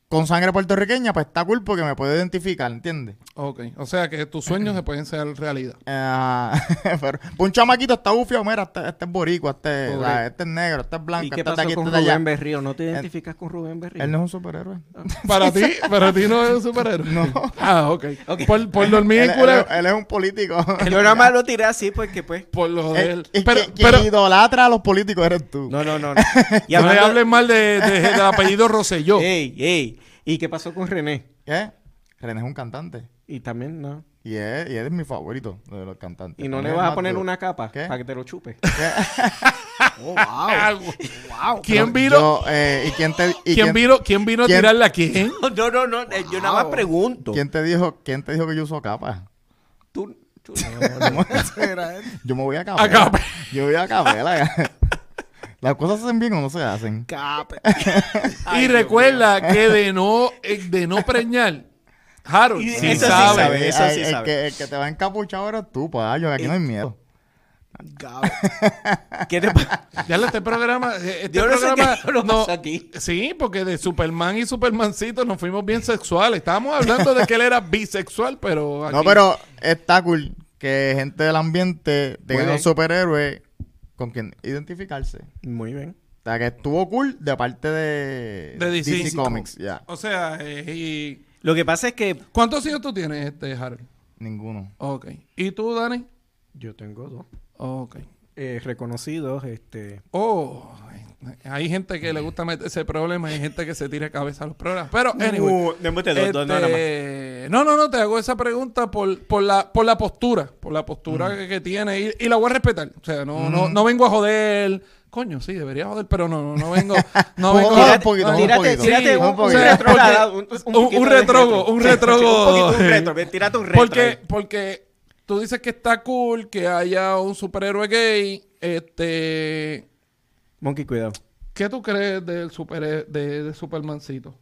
con sangre puertorriqueña, pues está cool porque me puedo identificar, ¿entiendes? Ok. O sea que tus sueños se pueden ser realidad. [laughs] Ah, [laughs] pero un chamaquito está bufio, mira, este, este es boricua, este, Pobre. ¿sabes? este es negro, este es blanco, ¿Y este qué es de pasó aquí, con este es de Rubén allá. Berrío? ¿No te identificas con Rubén Berrío? Él no es un superhéroe. Para ti, para ti no es un superhéroe. No. Ah, ok. Ok. Por, por dormir Él, en él- culebra. [laughs] él es un político. [laughs] [laughs] Yo nada más lo tiré así porque, pues. Por lo de El- él. el Pero, que, quien pero idolatra a los políticos eres tú. No, no, [laughs] no. no. Y no le hablando- Eh, hables mal de, [laughs] de- del apellido Rosselló. Ey, ey. ¿Y qué pasó con René? ¿Qué? René es un cantante. Y también, no. Y él, y él es mi favorito de los cantantes. ¿Y no le Para mí es vas a más poner duro. una capa ¿Qué? para que te lo chupe? Oh, wow. wow. Ah, ¿Quién Pero vino? yo, eh, ¿Y quién te, y ¿Quién, quién- vino? ¿Quién vino a quién- tirarle a quién? [laughs] No, no, no. eh, Yo nada más pregunto. ¿Quién te dijo, quién te dijo que yo uso capa? Tú, tú- [laughs] Era él. [laughs] [laughs] Yo me voy a capela. A Capela. Yo voy a capela. [laughs] Las cosas se hacen bien o no se hacen. Cape. y recuerda que de no, eh, de no preñar, Harold Y- sí eso sí sabe. sabe. eso Ay, sí el, sabe. Que, el que te va encapuchado eres tú, pa. Yo, aquí no hay miedo. Gabe. ¿Qué te pasa? Ya lo- este programa, eh, este Yo no sé programa qué lo no- pasó aquí. Sí, porque de Superman y Supermancito nos fuimos bien sexuales. Estábamos hablando de que él era bisexual, pero No, aquí- pero está cool que gente del ambiente tenga Puede. un superhéroe con quien identificarse. [laughs] Muy bien. O sea, que estuvo cool de parte de, De DC. Comics. Ya, o sea, eh, y- Lo que pasa es que ¿cuántos hijos tú tienes, este Harold? ninguno. Ok. ¿Y tú, Dani? yo tengo dos Ok. eh, reconocidos, este, Oh, hay gente que le gusta meterse problemas, hay gente que se tira cabeza a los programas. Pero, anyway. Uh, no, embute, dos, dos, nada más. este, no, no, no, te hago esa pregunta por, por, la, por la postura, por la postura Mm. que, que tiene y, y la voy a respetar. O sea, no, no, no vengo a joder. Coño, sí, debería joder, pero no, no, no [laughs] vengo. No vengo Joder, a- un poquito, no, un tírate, poquito. tírate Sí, un, un un poquito. retrógrado, Porque- un- un- un poquito un de retrogo, un Sí, retrogo. Un poquito, un retro, ve, tírate un retro. Porque, ahí. porque tú dices que está cool que haya un superhéroe gay. Este, Monkey, cuidado. ¿Qué tú crees del super, de, de Supermancito?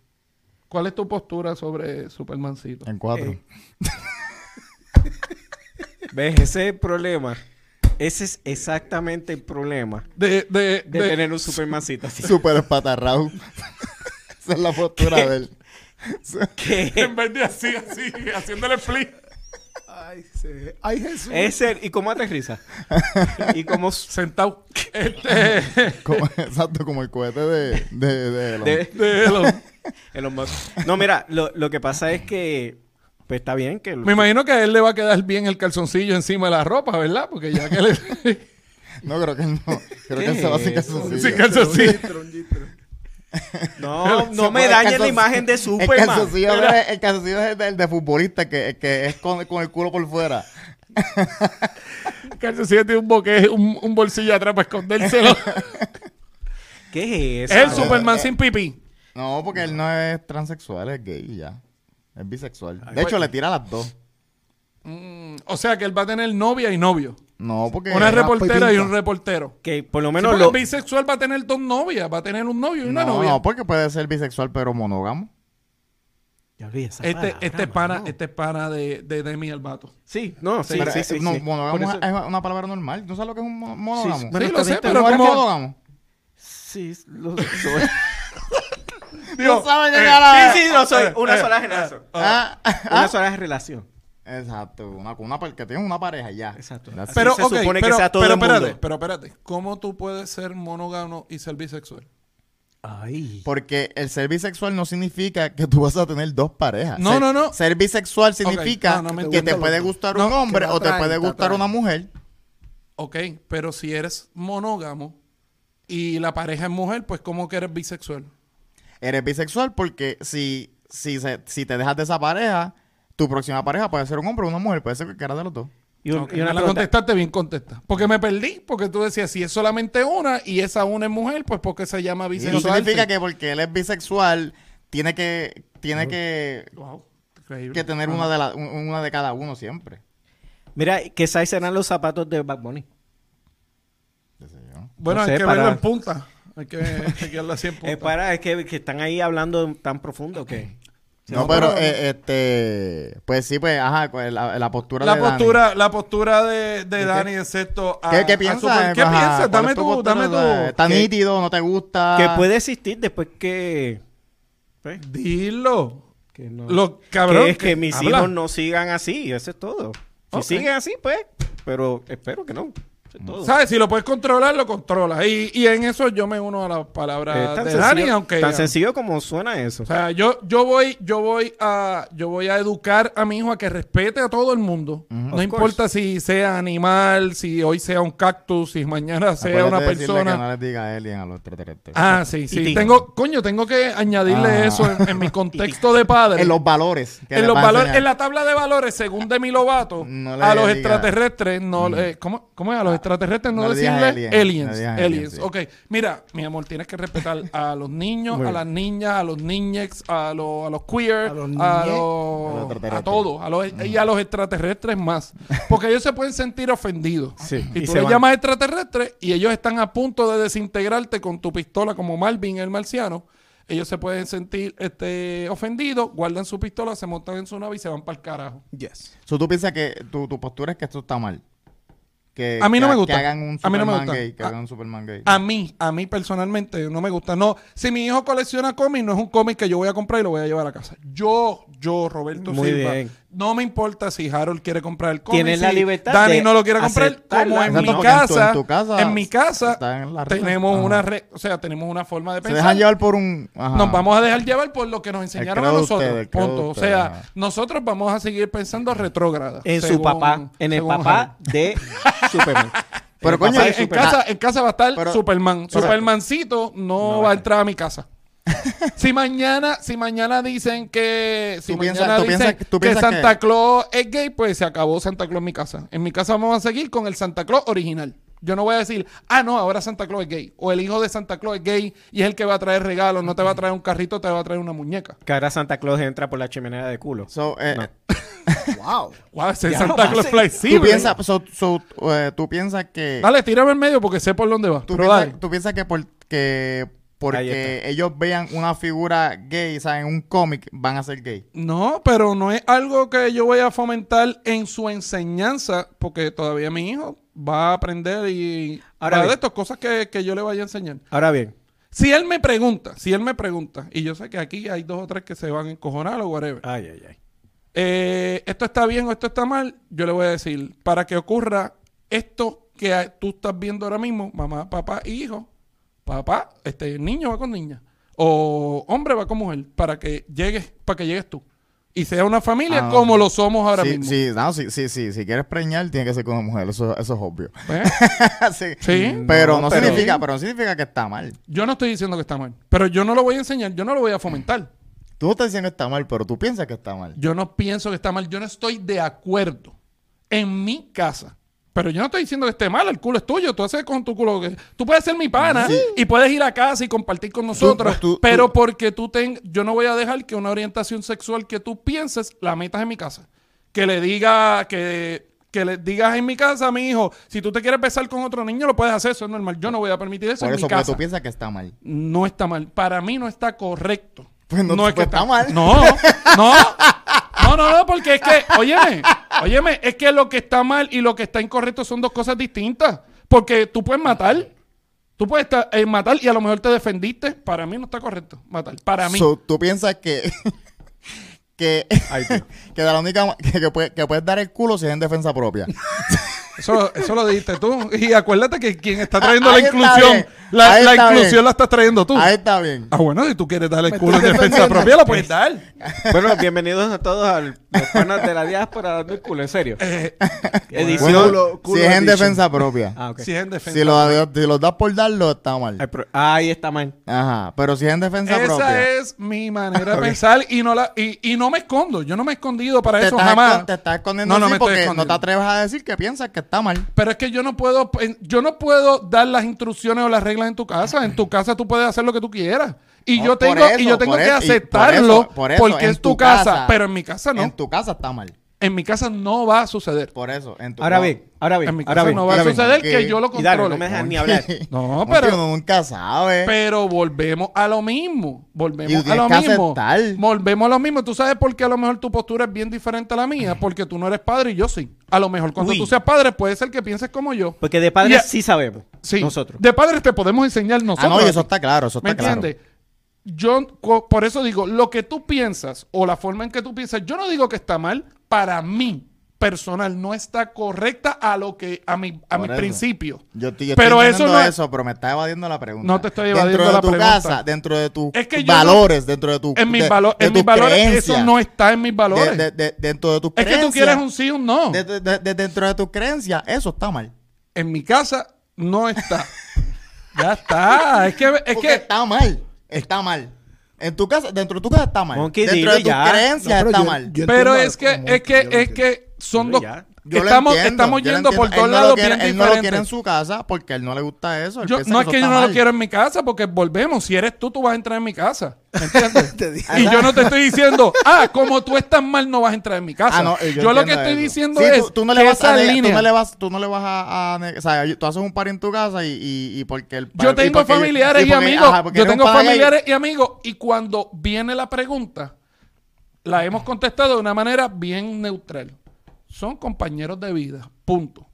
¿Cuál es tu postura sobre Supermancito? En cuatro. Ey. ¿Ves? Ese es el problema. Ese es exactamente el problema De, de, de de- tener un Supermancito así. [laughs] [laughs] Super espatarrao. [laughs] Esa es la postura de él. Que En vez de así, así, haciéndole flip. Ay, se- Ay, Jesús. Eh. es el- ¿Y cómo aterriza? ¿Y cómo s- Sentado. Este, Como- [laughs] exacto, como el cohete de, de, de Elon. de- de lo- Elon Musk? No, mira, lo, lo que pasa es que... Pues está bien que... Me imagino que a él le va a quedar bien el calzoncillo encima de la ropa, ¿verdad? Porque ya que le... No, creo que él no. Creo ¿Qué que él se [laughs] va es sin eso? sin calzoncillo. calzoncillo. [laughs] No, Se no me pone dañes la calzon- imagen de El Superman. calzoncillo, es- el calzoncillo es el de, el de futbolista que, que es con, con el culo por fuera. El calzoncillo tiene un boque, un, un bolsillo atrás para [laughs] escondérselo. ¿Qué es es el eso? Superman sin pipí. No, porque él no es transexual, es gay y ya. Es bisexual. De hecho, pues- le tira a las dos. Mm, O sea que él va a tener novia y novio. No, porque. Una no, reportera y un reportero. Que por lo Sí, menos porque lo... pues, el bisexual va a tener dos novias, va a tener un novio y una novia. no, porque puede ser bisexual, pero monógamo. Ya olvidé esa Este, palabra, este es pana, mano. este es pana de, de Demi el vato. Sí, no, sí, Pero, sí, eh, sí, no, sí. monógamo Por eso- es es una palabra normal. ¿No sabes lo que es un mo- monógamo? sí, ¿Tú bueno, sí, lo está sé, bien, está pero no eres como... monógamo? Sí, [laughs] lo soy. No sabes llegar eh, sí, a la- sí, lo soy. Una sola generación. Ah, [laughs] Una sola relación. Exacto, una, una par- que tienes una pareja y ya. Exacto. That's Pero, it. se ok, supone que pero, sea todo pero el mundo. espérate, pero espérate. ¿Cómo tú puedes ser monógamo y ser bisexual? Ay. Porque el ser bisexual no significa que tú vas a tener dos parejas. No, Ser- no, no. Ser bisexual significa no, no me que entiendo te lo puede que- gustar No, un hombre que te o te atraen, puede te gustar atraen. una mujer. Ok, pero si eres monógamo y la pareja es mujer, pues ¿cómo que eres bisexual? Eres bisexual porque si, si, se- si te dejas de esa pareja, tu próxima pareja puede ser un hombre o una mujer, puede ser cualquiera de los dos. Y, un- Ok, y me una la pregunta. contestaste bien contesta. Porque me perdí, porque tú decías, si es solamente una y esa una es mujer, pues porque se llama Y no bisexual. significa Sí. que porque él es bisexual tiene que tiene que, Wow, increíble. que tener una de la- un- una de cada uno siempre. Mira, que size serán los zapatos de Bad Bunny. Bueno, No sé, hay que para- verlo en punta. Hay que chequearlo así en punta. Es para, es que, que están ahí hablando tan profundo que. No, pero eh, este, pues sí, pues, ajá, pues, la, la postura la de Dani. postura, la postura de, de Dani en sexto a- ¿Qué, qué a piensas? Super- ¿Qué Ajá, piensas? ¿cuál Dame es tu tú, postura? dame O sea, tú. ¿Está Que- nítido? ¿No te gusta? Que puede existir después que. pues, Dilo. que no. Lo cabrón. Que es que que- mis habla. hijos no sigan así, eso es todo. Si Ok. siguen así, pues. Pero espero que no. Eso es todo. ¿Sabes? Si lo puedes controlar, lo controlas. Y, y en eso yo me uno a las Eh, palabras tan de sencillo, Dani, aunque. tan sencillo como suena eso. O sea, yo, yo voy, yo voy a, yo voy a educar a mi hijo a que respete a todo el mundo. No Of importa si sea animal, si hoy sea un cactus, si mañana sea Acuérdate una de decirle persona. que no les diga alien a los extraterrestres. Ah, sí, Y sí. tigre. Tengo, coño, tengo que añadirle Ah. eso en, [laughs] en mi contexto de padre. en los valores. que en le los van a valores, enseñar. en la tabla de valores, según Demi Lovato, No le a los diga. Mm. extraterrestres no le- ¿cómo, cómo es? A los extraterrestres no, No le digas decirle alien, no aliens. le digas aliens. alien, sí. Ok, mira, mi amor, tienes que respetar a los niños, Muy a bien. las niñas, a los niñex, a, los a los queer, A a los los, niñe- a, A los Mm. extraterrestres. todos, a los, y a los extraterrestres más. Porque ellos se pueden sentir ofendidos. Sí, Y, y tú se les van. llamas extraterrestre y ellos están a punto de desintegrarte con tu pistola como Malvin el marciano. Ellos se pueden sentir este, ofendidos, guardan su pistola, se montan en su nave y se van para el carajo. Yes. So, tú piensas que tu, tu postura es que esto está mal. Que, A mí no que- me gusta. Que hagan un A mí no Superman me gusta. gay. Que A- hagan un Superman gay. A mí, a mí personalmente no me gusta. No, si mi hijo colecciona cómics, no es un cómic que yo voy a comprar y lo voy a llevar a casa. Yo, yo, Roberto Muy Silva, bien. no me importa si Harold quiere comprar el cómic. Tienes si la libertad Dani de no lo quiere comprar. aceptarla. Como en Exacto, mi porque en tu- casa, en, en tu casa mi casa, está en la red. tenemos Ajá. una red, o sea, tenemos una forma de Se pensar. dejan llevar por un. Ajá. Nos vamos a dejar llevar por lo que nos enseñaron a Ah. credo de nosotros. ustedes, el credo punto. de O ustedes, sea, ajá. nosotros vamos a seguir pensando retrógrada. En su según- papá, en el según papá de Superman. Pero El coño, eh, papá de Sí, en, Superman. casa, en casa va a estar Pero- Superman. Pero- Supermancito no, va a entrar a mi [laughs] casa. si mañana, si mañana dicen que, si Tú mañana piensas- tú dicen piensas- tú que piensas que- Santa Claus es gay, pues se acabó Santa Claus en mi casa. En mi casa vamos a seguir con el Santa Claus original. Yo no voy a decir, ah, no, ahora Santa Claus es gay. O el hijo de Santa Claus es gay y es el que va a traer regalos. No te va a traer un carrito, te va a traer una muñeca. Que ahora Santa Claus entra por la chimenea de culo. So, eh, No. Wow. Wow, ese Ya Santa lo Claus hace. flexible. tú piensas, so- so, eh, tú piensas que. Dale, tírame en medio porque sé por dónde va. ¿Tú Pero piensas, dale. tú piensas que, por, que Ahí porque está. ellos vean una figura gay, o sea, en un cómic, van a ser gay? No, pero no es algo que yo voy a fomentar en su enseñanza, porque todavía mi hijo va a aprender y Ahora va bien. de estas cosas que, que yo le vaya a enseñar. Ahora bien, Si él me pregunta, si él me pregunta, y yo sé que aquí hay dos o tres que se van a encojonar o whatever. ay, ay, ay. Eh, esto está bien o esto está mal, yo le voy a decir, para que ocurra esto que a- tú estás viendo ahora mismo, mamá, papá y hijo, papá, este niño va con niña, o hombre va con mujer, para que llegues, para que llegues tú. Y sea una familia Ah, como lo somos ahora sí, mismo. sí, no, sí, sí, sí, si quieres preñar, tiene que ser con una mujer, eso, eso es obvio. [laughs] ¿Eh? sí. Sí. Pero no, No, pero- significa, pero no significa que está mal. Yo no estoy diciendo que está mal, pero yo no lo voy a enseñar, yo no lo voy a fomentar. Tú no estás diciendo que está mal, pero tú piensas que está mal. Yo no pienso que está mal, yo no estoy de acuerdo en mi casa. Pero yo no estoy diciendo que esté mal, el culo es tuyo, tú haces con tu culo. lo que- Tú puedes ser mi pana y puedes ir a casa y compartir con nosotros, tú- pero tú- porque tú ten, yo no voy a dejar que una orientación sexual que tú pienses la metas en mi casa. Que le diga que que le digas en mi casa a mi hijo, si tú te quieres besar con otro niño lo puedes hacer, eso es normal. Yo no voy a permitir eso Por en eso, mi pero casa. tú piensas que está mal. No está mal, para mí no está correcto. Pues no, pues está mal. No, no, no, no, no, porque es que, óyeme, óyeme, es que lo que está mal y lo que está incorrecto son dos cosas distintas. Porque tú puedes matar, tú puedes estar- eh, matar y a lo mejor te defendiste. Para mí no está correcto matar, para mí. So, tú piensas que. [laughs] que. [laughs] Ay, Dios. que de la única. [laughs] ma- que, que puede- que puedes dar el culo si es en defensa propia. Eso, eso lo dijiste tú. Y acuérdate que quien está trayendo Ah, Ahí la está inclusión, bien, la, ahí la está inclusión bien. la estás trayendo tú. Ahí está bien. Ah, bueno, si tú quieres darle el culo en defensa propia, lo puedes dar. Bueno, bienvenidos a todos al los panas de la diáspora dando el culo, en serio. Eh, Edición. Bueno, Culo- culo si es en edition. defensa propia. Ah, ok. si es en defensa. Si lo, si lo das por darlo, está mal. Ay, pero- Ahí está mal. Ajá, pero si es en defensa Esa propia. es mi [laughs] manera de pensar y no la y, y no me escondo. Yo no me he escondido para te eso estás jamás. escon- te estás escondiendo No, no así me estoy porque no te escondiendo. atreves a decir que piensas que está mal. Pero es que yo no puedo pen- yo no puedo dar las instrucciones o las reglas en tu casa. En tu casa tú puedes hacer lo que tú quieras. Y No, yo por tengo eso, y yo tengo por que eso, y por aceptarlo eso, por eso, porque en es tu, tu casa, casa. pero en mi casa no. En En, tu casa está mal. mi casa no va a suceder. Por eso, en tu Ahora casa- [laughs] bien, ahora En mi bien, casa ahora bien. no va a ahora bien. suceder que Ok. yo lo Y dale, no controle. me dejan ni hablar. No, Uno pero tío nunca sabe. Pero volvemos a lo mismo. Y Volvemos tienes a lo que mismo. aceptar. Volvemos a lo mismo. Tú sabes por qué a lo mejor tu postura es bien diferente a la mía. Porque tú no eres padre y yo sí. A lo mejor cuando Uy. tú seas padre puede ser que pienses como yo. Porque de padres Ya. sí sabemos. Sí. Nosotros. De padres te podemos enseñar ah, nosotros. no, y eso está claro, eso ¿Me está claro. entiendes? Yo, co- por eso digo, lo que tú piensas o la forma en que tú piensas, yo no digo que está mal, para mí personal no está correcta a lo que a mi a Por mis eso. principios. Yo, estoy- yo Pero estoy eso entendiendo no es- eso, pero me está evadiendo la pregunta. No te estoy evadiendo la dentro de tu pregunta. casa, dentro de tus Es que yo no- valores, dentro de tu En mis, de- valo- de en mis tus valores eso creencias, no está en mis de- valores. de- de- dentro de tus Es que tú creencias, quieres un sí, un no. de- de- de- de- dentro de tus creencias, eso está mal. En mi casa no [laughs] está. ya está. Es que, es Porque que está mal, está mal. En tu casa, dentro de tu casa está mal. Monkey, dentro dilo de tus ya. creencias No, pero está yo- mal. yo pero entiendo es que, como- es que, yo lo es entiendo. que son Pero dos. ya. Yo lo Estamos- entiendo, estamos yo lo yendo entiendo. por todos Él no lo lados quiere- bien Él no lo quiere diferentes. en su casa porque a él no le gusta eso. él Yo- piensa no que es eso que yo está no lo mal. quiero en mi casa, porque volvemos. Si eres tú, tú vas a entrar en mi casa. ¿Entiendes? [laughs] Te Ah, dije. y yo no te estoy [laughs] diciendo, ah, como tú estás mal, no vas a entrar en mi casa. Ah, no, yo yo lo entiendo que estoy eso. diciendo Sí, es tú, tú no le que vas esa a negar- línea. Tú no le vas, tú no le vas a, a ne- o sea, tú haces un party en tu casa y, y, y porque el Yo y tengo porque- familiares y, porque- amigos. ajá, porque yo eres un tengo pana gay. familiares y amigos. Y cuando viene la pregunta, la hemos contestado de una manera bien neutral. Son compañeros de vida. Punto.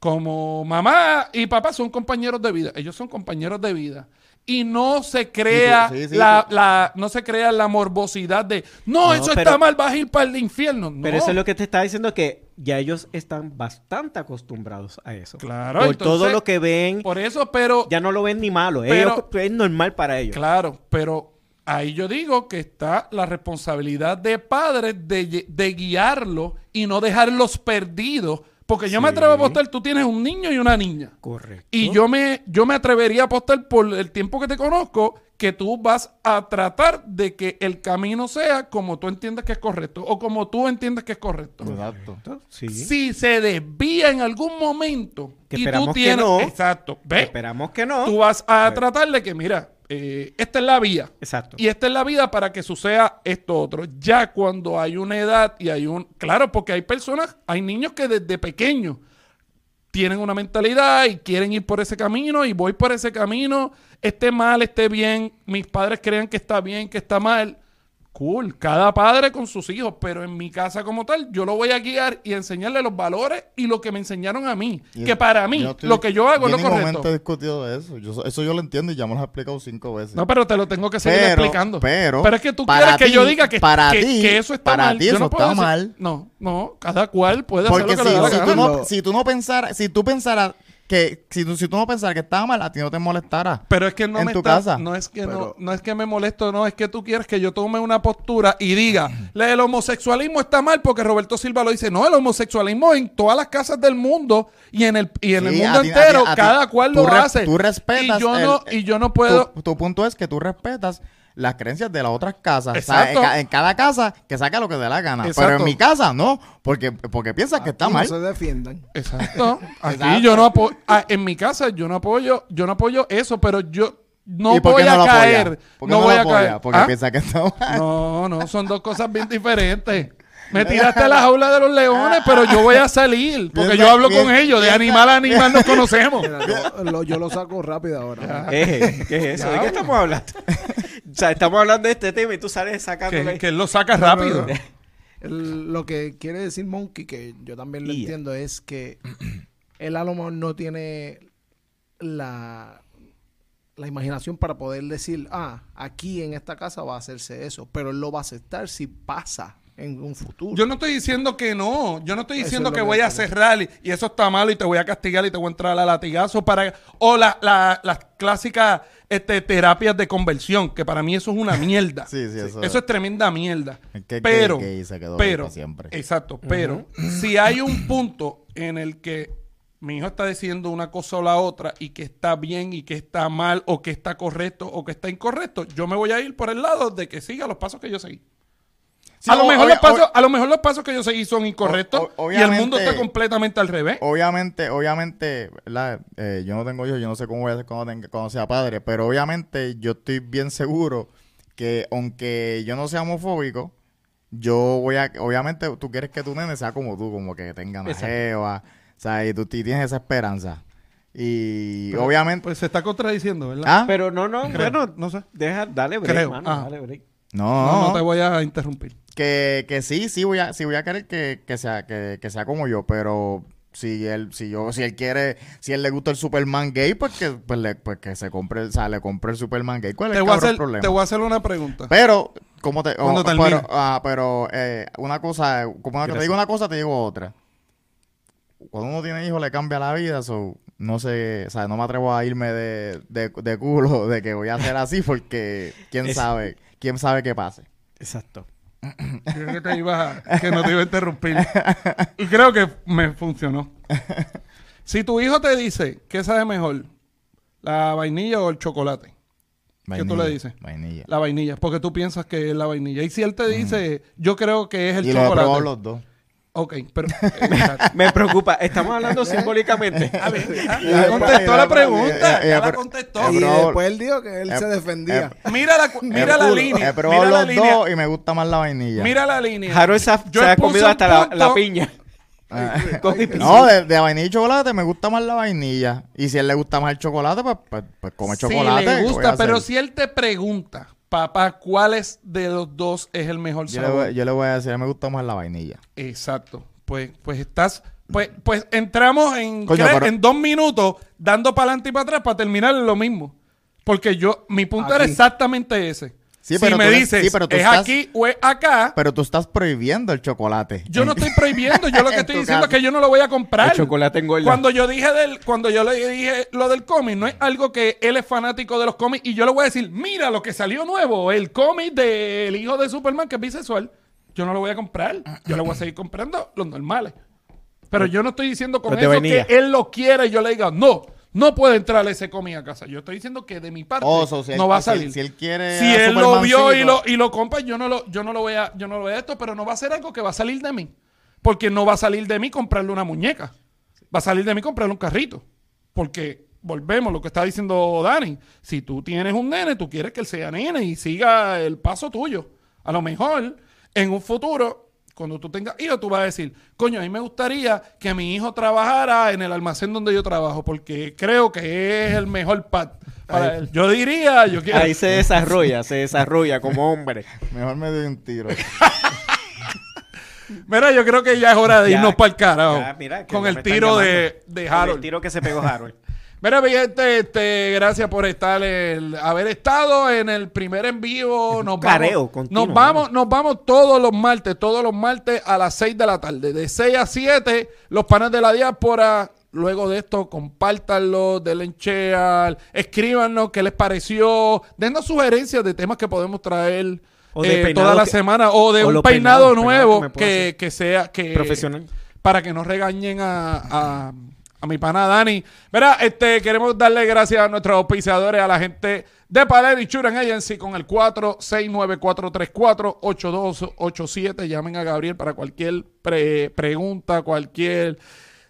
Como mamá y papá son compañeros de vida. Ellos son compañeros de vida. Y no se crea sí, sí, la, tú- la- no se crea la morbosidad de no, No, eso está pero- mal, vas a ir para el infierno. No. Pero eso es lo que te estaba diciendo que ya ellos están bastante acostumbrados a eso. Claro, Por entonces- todo lo que ven, Por eso, pero ya no lo ven ni malo. Pero- ellos, es normal para ellos. Claro, pero ahí yo digo que está la responsabilidad de padres de, lle- de guiarlo y no dejarlos perdidos. Porque yo me atrevo a apostar, tú tienes un niño y una niña. Correcto. Y yo me, yo me atrevería a apostar por el tiempo que te conozco que tú vas a tratar de que el camino sea como tú entiendes que es correcto o como tú entiendes que es correcto. Exacto. Pues Sí. Si se desvía en algún momento Que y tú esperamos que tienes... no. Exacto. ¿Ves? Esperamos Pues que no. Tú vas a tratar de que, mira, eh, esta es la vía. Exacto. Y esta es la vida para que suceda esto otro. Ya cuando hay una edad y hay un... Claro, porque hay personas, hay niños que desde pequeños tienen una mentalidad y quieren ir por ese camino y voy por ese camino, esté mal, esté bien, mis padres crean que está bien, que está mal. Cool, cada padre con sus hijos, pero en mi casa como tal, yo lo voy a guiar y enseñarle los valores y lo que me enseñaron a mí. Y- que para mí, yo estoy- lo que yo hago es lo en ningún correcto. momento he discutido de eso. Yo so- eso yo lo entiendo y ya me lo has explicado cinco veces. No, pero te lo tengo que seguir Pero- explicando. pero- es que tú para quieres que ti- yo diga que, para que- ti- que eso está para mal. ti Yo eso no puedo está decir- mal. No, no, cada cual puede hacer lo Porque que si, le da la si gana. tú no, Lo- si tú no pensar, si tú pensaras que si tú, si tú no pensaras que estaba mal, a ti no te molestara. Pero es que no en me tu está- casa. no es que no, Pero- no es que me molesto, no es que tú quieres que yo tome una postura y diga, "Le- el homosexualismo está mal porque Roberto Silva lo dice. No, el homosexualismo en todas las casas del mundo y en el y en el Sí, mundo a ti- a ti- entero a ti- cada cual tú lo re- hace. tú respetas y yo el- eh, no y yo no puedo tu, tu punto es que tú respetas las creencias de las otras casas. O sea, en, Exacto. ca- en cada casa que saca lo que dé la gana. Pero Exacto. en mi casa no, porque, porque piensas que está Aquí mal. Ah, No se defiendan. Exacto. Aquí Exacto. yo no apoyo. en mi casa yo no apoyo, yo no apoyo eso, pero yo no ¿Y por voy qué a lo apoya? caer. ¿Por qué No lo voy a apoya? caer. Porque ¿Ah? piensa que está mal. No, no, son dos cosas bien diferentes. [laughs] Me tiraste a la jaula de los leones, pero yo voy a salir. Porque Piensa- yo hablo con piensa- ellos. De piensa- animal a animal nos [laughs] conocemos. Mira, yo, lo- yo lo saco rápido ahora. Eh, ¿Qué es eso? ¿De qué estamos hablando? [laughs] o sea, estamos hablando de este tema y tú sales sacándole. que, que él lo saca rápido. El- lo que quiere decir Monkey, que yo también lo Ia. entiendo, [clears throat] es que él a lo mejor no tiene la, la imaginación para poder decir, ah, aquí en esta casa va a hacerse eso, pero él lo va a aceptar si pasa en un futuro. Yo no estoy diciendo que no. Yo no estoy Eso diciendo es lo que que voy a estoy cerrar y, y eso está malo y te voy a castigar y te voy a entrar a latigazo para o la- la- las clásicas este, terapias de conversión, que para mí eso es una [laughs] mierda. Sí, sí, eso- es tremenda mierda. Es que- que- pero que se quedó ahí pero pa' siempre. Exacto, pero si hay un punto en el que mi hijo está diciendo una cosa o la otra y que está bien y que está mal o que está correcto o que está incorrecto, yo me voy a ir por el lado de que siga los pasos que yo seguí Sí, a, lo o- mejor obvia- los pasos, a lo mejor los pasos que yo seguí son incorrectos O- o- y el mundo obviamente- está completamente al revés. obviamente, obviamente, ¿verdad? Eh, yo no tengo hijos, yo no sé cómo voy a hacer cuando, tenga- cuando sea padre, pero obviamente yo estoy bien seguro que aunque yo no sea homofóbico, yo voy a, obviamente tú quieres que tu nene sea como tú, como que tenga una Exacto. jeva, o sea, y tú t- tienes esa esperanza. Y obviamente... Pues se está contradiciendo, ¿verdad? ¿Ah? Pero no, no, Creo, bueno, no sé. deja, dale break, Creo, ah. mano, ajá. dale break. no, No, no te voy a interrumpir. que, que sí, sí voy a, sí voy a querer que, que sea, que, que sea como yo, pero si él, si yo, si él quiere, si él le gusta el Superman gay, pues que, pues le- pues que se compre, o sea, le compre el Superman gay. ¿Cuál es Te el voy, a cabrón hacer, problema? te voy a hacer una pregunta. Pero, como te, Cuando oh, termine. pero, ah, pero eh, una cosa, eh, como te digo una cosa, te digo otra. Cuando uno tiene hijos le cambia la vida, so, no sé, o sea, no me atrevo a irme de, de, de culo [laughs] de que voy a hacer así porque quién Es- sabe, quién sabe qué pase. Exacto. Creo que, te iba a- que no te iba a [laughs] interrumpir. Y creo que me funcionó. Si tu hijo te dice, ¿qué sabe mejor? ¿La vainilla o el chocolate? ¿Qué tú le dices? Vainilla. La vainilla, porque tú piensas que es la vainilla. Y si él te dice, yo creo que es el Mm. y lo he chocolate. probado los dos. Ok, pero. eh, exacto. Me preocupa. Estamos hablando simbólicamente. Está bien, ya, ya contestó la pregunta. Eh, eh, Ya la pero- contestó. eh, Y pero- después él dijo que él eh, se defendía. Mira la, cu- mira la He- línea. He probado Mira la los línea. dos y me gusta más la vainilla. Mira la línea. Harold se ha, Yo se ha expuse comido un hasta la, la punto- piña. Ah. Con y piña. No, de, de vainilla y chocolate me gusta más la vainilla. Y si a él le gusta más el chocolate, pues, pues, pues come chocolate. Sí, le ¿qué voy a gusta, hacer? pero si él te pregunta, papá, ¿cuál es de los dos es el mejor Yo le, sabor? voy, yo le voy a decir, me gusta más la vainilla. Exacto. Pues, pues estás. Pues, pues entramos en, Coño, cre- pero- en dos minutos dando para adelante y para atrás para terminar en lo mismo. Porque yo, mi punto era Aquí. exactamente ese. Sí, pero si me tú eres- dices, sí, pero tú es estás- aquí o es acá, Pero tú estás prohibiendo el chocolate. yo no estoy prohibiendo, yo lo que [laughs] En estoy tu diciendo es caso. que yo no lo voy a comprar. El chocolate engorda. Cuando yo dije del, cuando yo le dije lo del cómic, no es algo que él es fanático de los cómics y yo le voy a decir, mira lo que salió nuevo, el cómic del hijo de Superman que es bisexual, yo no lo voy a comprar, yo le voy a seguir comprando los normales. Pero yo no estoy diciendo con Los de eso que vainilla. él lo quiera y yo le diga, no, no puede entrar ese cómic a casa. Yo estoy diciendo que de mi parte Oh, so si él- no va a si él- salir. si él quiere Si a él lo vio y Supermancito. lo, y lo compra, yo no lo, yo no lo voy a, yo no lo voy a esto, pero no va a ser algo que va a salir de mí. Porque no va a salir de mí comprarle una muñeca. Va a salir de mí comprarle un carrito. Porque volvemos lo que está diciendo Dani. Si tú tienes un nene, tú quieres que él sea nene y siga el paso tuyo. A lo mejor en un futuro, cuando tú tengas hijos, tú vas a decir, coño, a mí me gustaría que mi hijo trabajara en el almacén donde yo trabajo, porque creo que es el mejor pad para él. Yo diría, yo quiero. Ahí se desarrolla, se desarrolla como hombre. Mejor me doy un tiro. Mira, yo creo que ya es hora de Ya, irnos para el carajo. ya, mira, que con ya el me están tiro de, llamando. de Con Harold. El tiro que se pegó Harold. Mira, mi gente, este, gracias por estar, el, haber estado en el primer en vivo. Nos careo vamos, continuo, nos vamos, nos vamos todos los martes, todos los martes a las 6 de la tarde. De 6 a 7, los panas de la diáspora. Luego de esto, compártanlo, denle share, escríbanos qué les pareció, dennos sugerencias de temas que podemos traer O de eh, peinado toda la que- semana o de o un los peinado, peinados, peinados nuevo que me que, puedo hacer. que sea que Profesional. para que no regañen a, a- a mi pana Dani. Mira, este, queremos darle gracias a nuestros auspiciadores, a la gente de Paler Insurance Agency con el 469-434-8287. Llamen a Gabriel para cualquier pre- pregunta, cualquier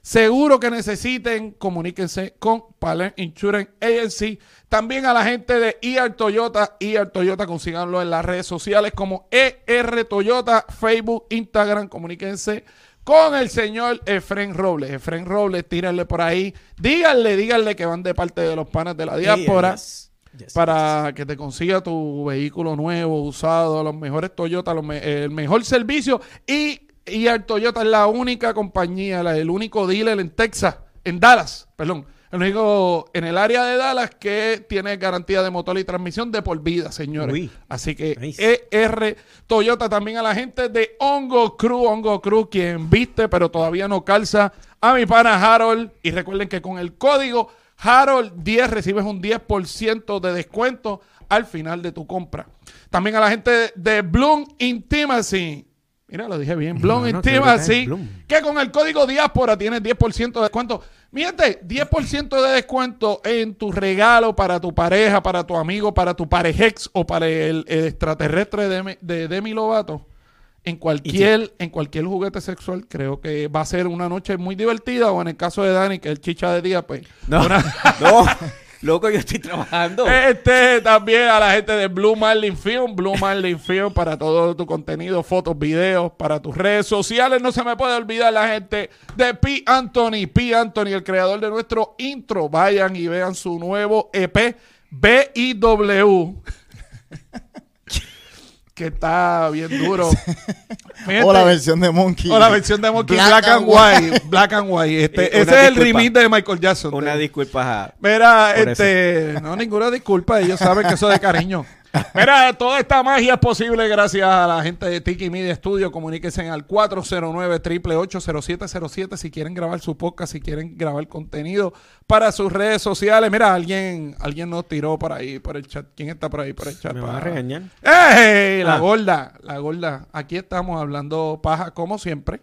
seguro que necesiten, comuníquense con Paler Insurance Agency. También a la gente de ER Toyota, ER Toyota, consíganlo en las redes sociales como ER Toyota, Facebook, Instagram, comuníquense con el señor Efren Robles. Efren Robles, tírenle por ahí. Díganle, díganle que van de parte de los panas de la diáspora eh, Yes, yes, para que te consiga tu vehículo nuevo, usado, los mejores Toyota, los me- el mejor servicio. Y, y el Toyota es la única compañía, la- el único dealer en Texas, en Dallas, perdón. El único en el área de Dallas que tiene garantía de motor y transmisión de por vida, señores. Uy. Así que Nice. ER Toyota también a la gente de Hongo Cruz, Hongo Cruz, quien viste pero todavía no calza a mi pana Harold. Y recuerden que con el código Harold10 recibes un 10% de descuento al final de tu compra. También a la gente de Bloom Intimacy. Mira, lo dije bien. Bloom No, no, creo que está Intimacy. en Bloom. Que con el código diáspora tienes 10% de descuento. Miente, 10% de descuento en tu regalo para tu pareja, para tu amigo, para tu parejex o para el, el extraterrestre de, Mi- de Demi Lovato. En cualquier, en cualquier juguete sexual, creo que va a ser una noche muy divertida. O en el caso de Dani, que es el chicha de día, pues. No, una- [laughs] no, loco, yo estoy trabajando. [laughs] Este también a la gente de Blue Marlin Film, Blue Marlin Film para todo tu contenido, fotos, videos, para tus redes sociales. No se me puede olvidar la gente de P. Anthony, P. Anthony, el creador de nuestro intro. Vayan y vean su nuevo E EP BIW. [laughs] que está bien [laughs] duro. o la Fíjate. versión de Monkey. O la versión de Monkey Black, Black and and White. Black and White. Este, Eh, ese una es el disculpa. remix de Michael Jackson. Una De- disculpa. a- Mira, Por este, no ninguna disculpa, ellos saben que eso de cariño. Mira, toda esta magia es posible gracias a la gente de Tiki Media Studio. Comuníquense al 409-888-0707 si quieren grabar su podcast, si quieren grabar contenido para sus redes sociales. Mira, alguien alguien nos tiró por ahí, por el chat. ¿Quién está por ahí, por el chat? Me va a Pa- regañar. ¡Ey! La Ah. gorda, la gorda. Aquí estamos hablando paja como siempre.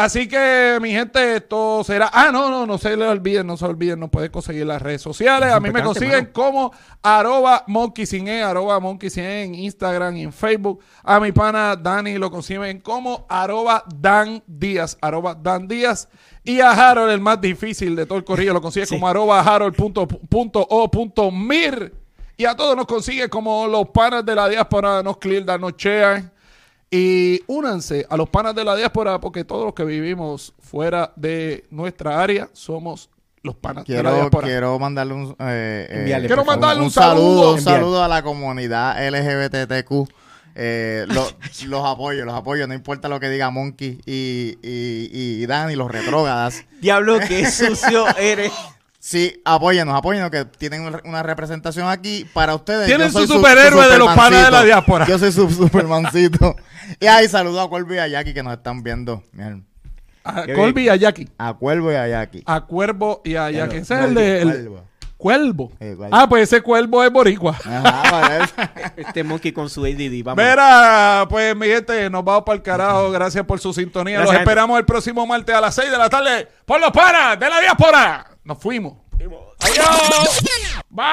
Así que, mi gente, esto será. Ah, no, no, no se le olviden, no se olviden, nos pueden conseguir las redes sociales. A mí me consiguen como arroba monkey sin e, arroba monkey sin e en Instagram y en Facebook. A mi pana Dani lo consiguen como arroba Dan Díaz, arroba Dan Díaz. Y a Harold, el más difícil de todo el corrillo, lo consigue como arroba Harold punto- punto o punto mir. Y a todos nos consigue como los panas de la diáspora, nos clear, nos chean. Y únanse a los panas de la diáspora porque todos los que vivimos fuera de nuestra área somos los panas de la Quiero, diáspora. quiero mandarle un, eh, eh, Enviarle, Quiero por mandarle favor. un un saludo, un saludo. saludo a la comunidad LGBTQ. Eh, lo- los apoyo, los apoyo, no importa lo que diga Monkey y, y, y Dani, los retrógadas. Diablo, qué sucio eres. Sí, apóyenos, apóyenos que tienen un- una representación aquí para ustedes. Tienen yo soy su superhéroe de los panas de la supermancito. diáspora. Yo soy su supermancito. y ahí saludo a Colby y a Jackie que nos están viendo. Miren, A Qué Colby y a Jackie. a Cuervo y a Jackie. A Cuervo y a Jackie. Ese es el Cuervo, de... el- Cuervo. Cuervo. Eh, Cuervo. Ah, Ah, pues ese cuervo es boricua. Ajá, para eso. [laughs] Este monkey con su ADD, vamos. Mira, pues mi gente, nos vamos para el carajo. Gracias por su sintonía. Gracias, Los gente. esperamos el próximo martes a las 6 de la tarde por los panas de la diáspora. Nos fuimos. Adiós. Bye.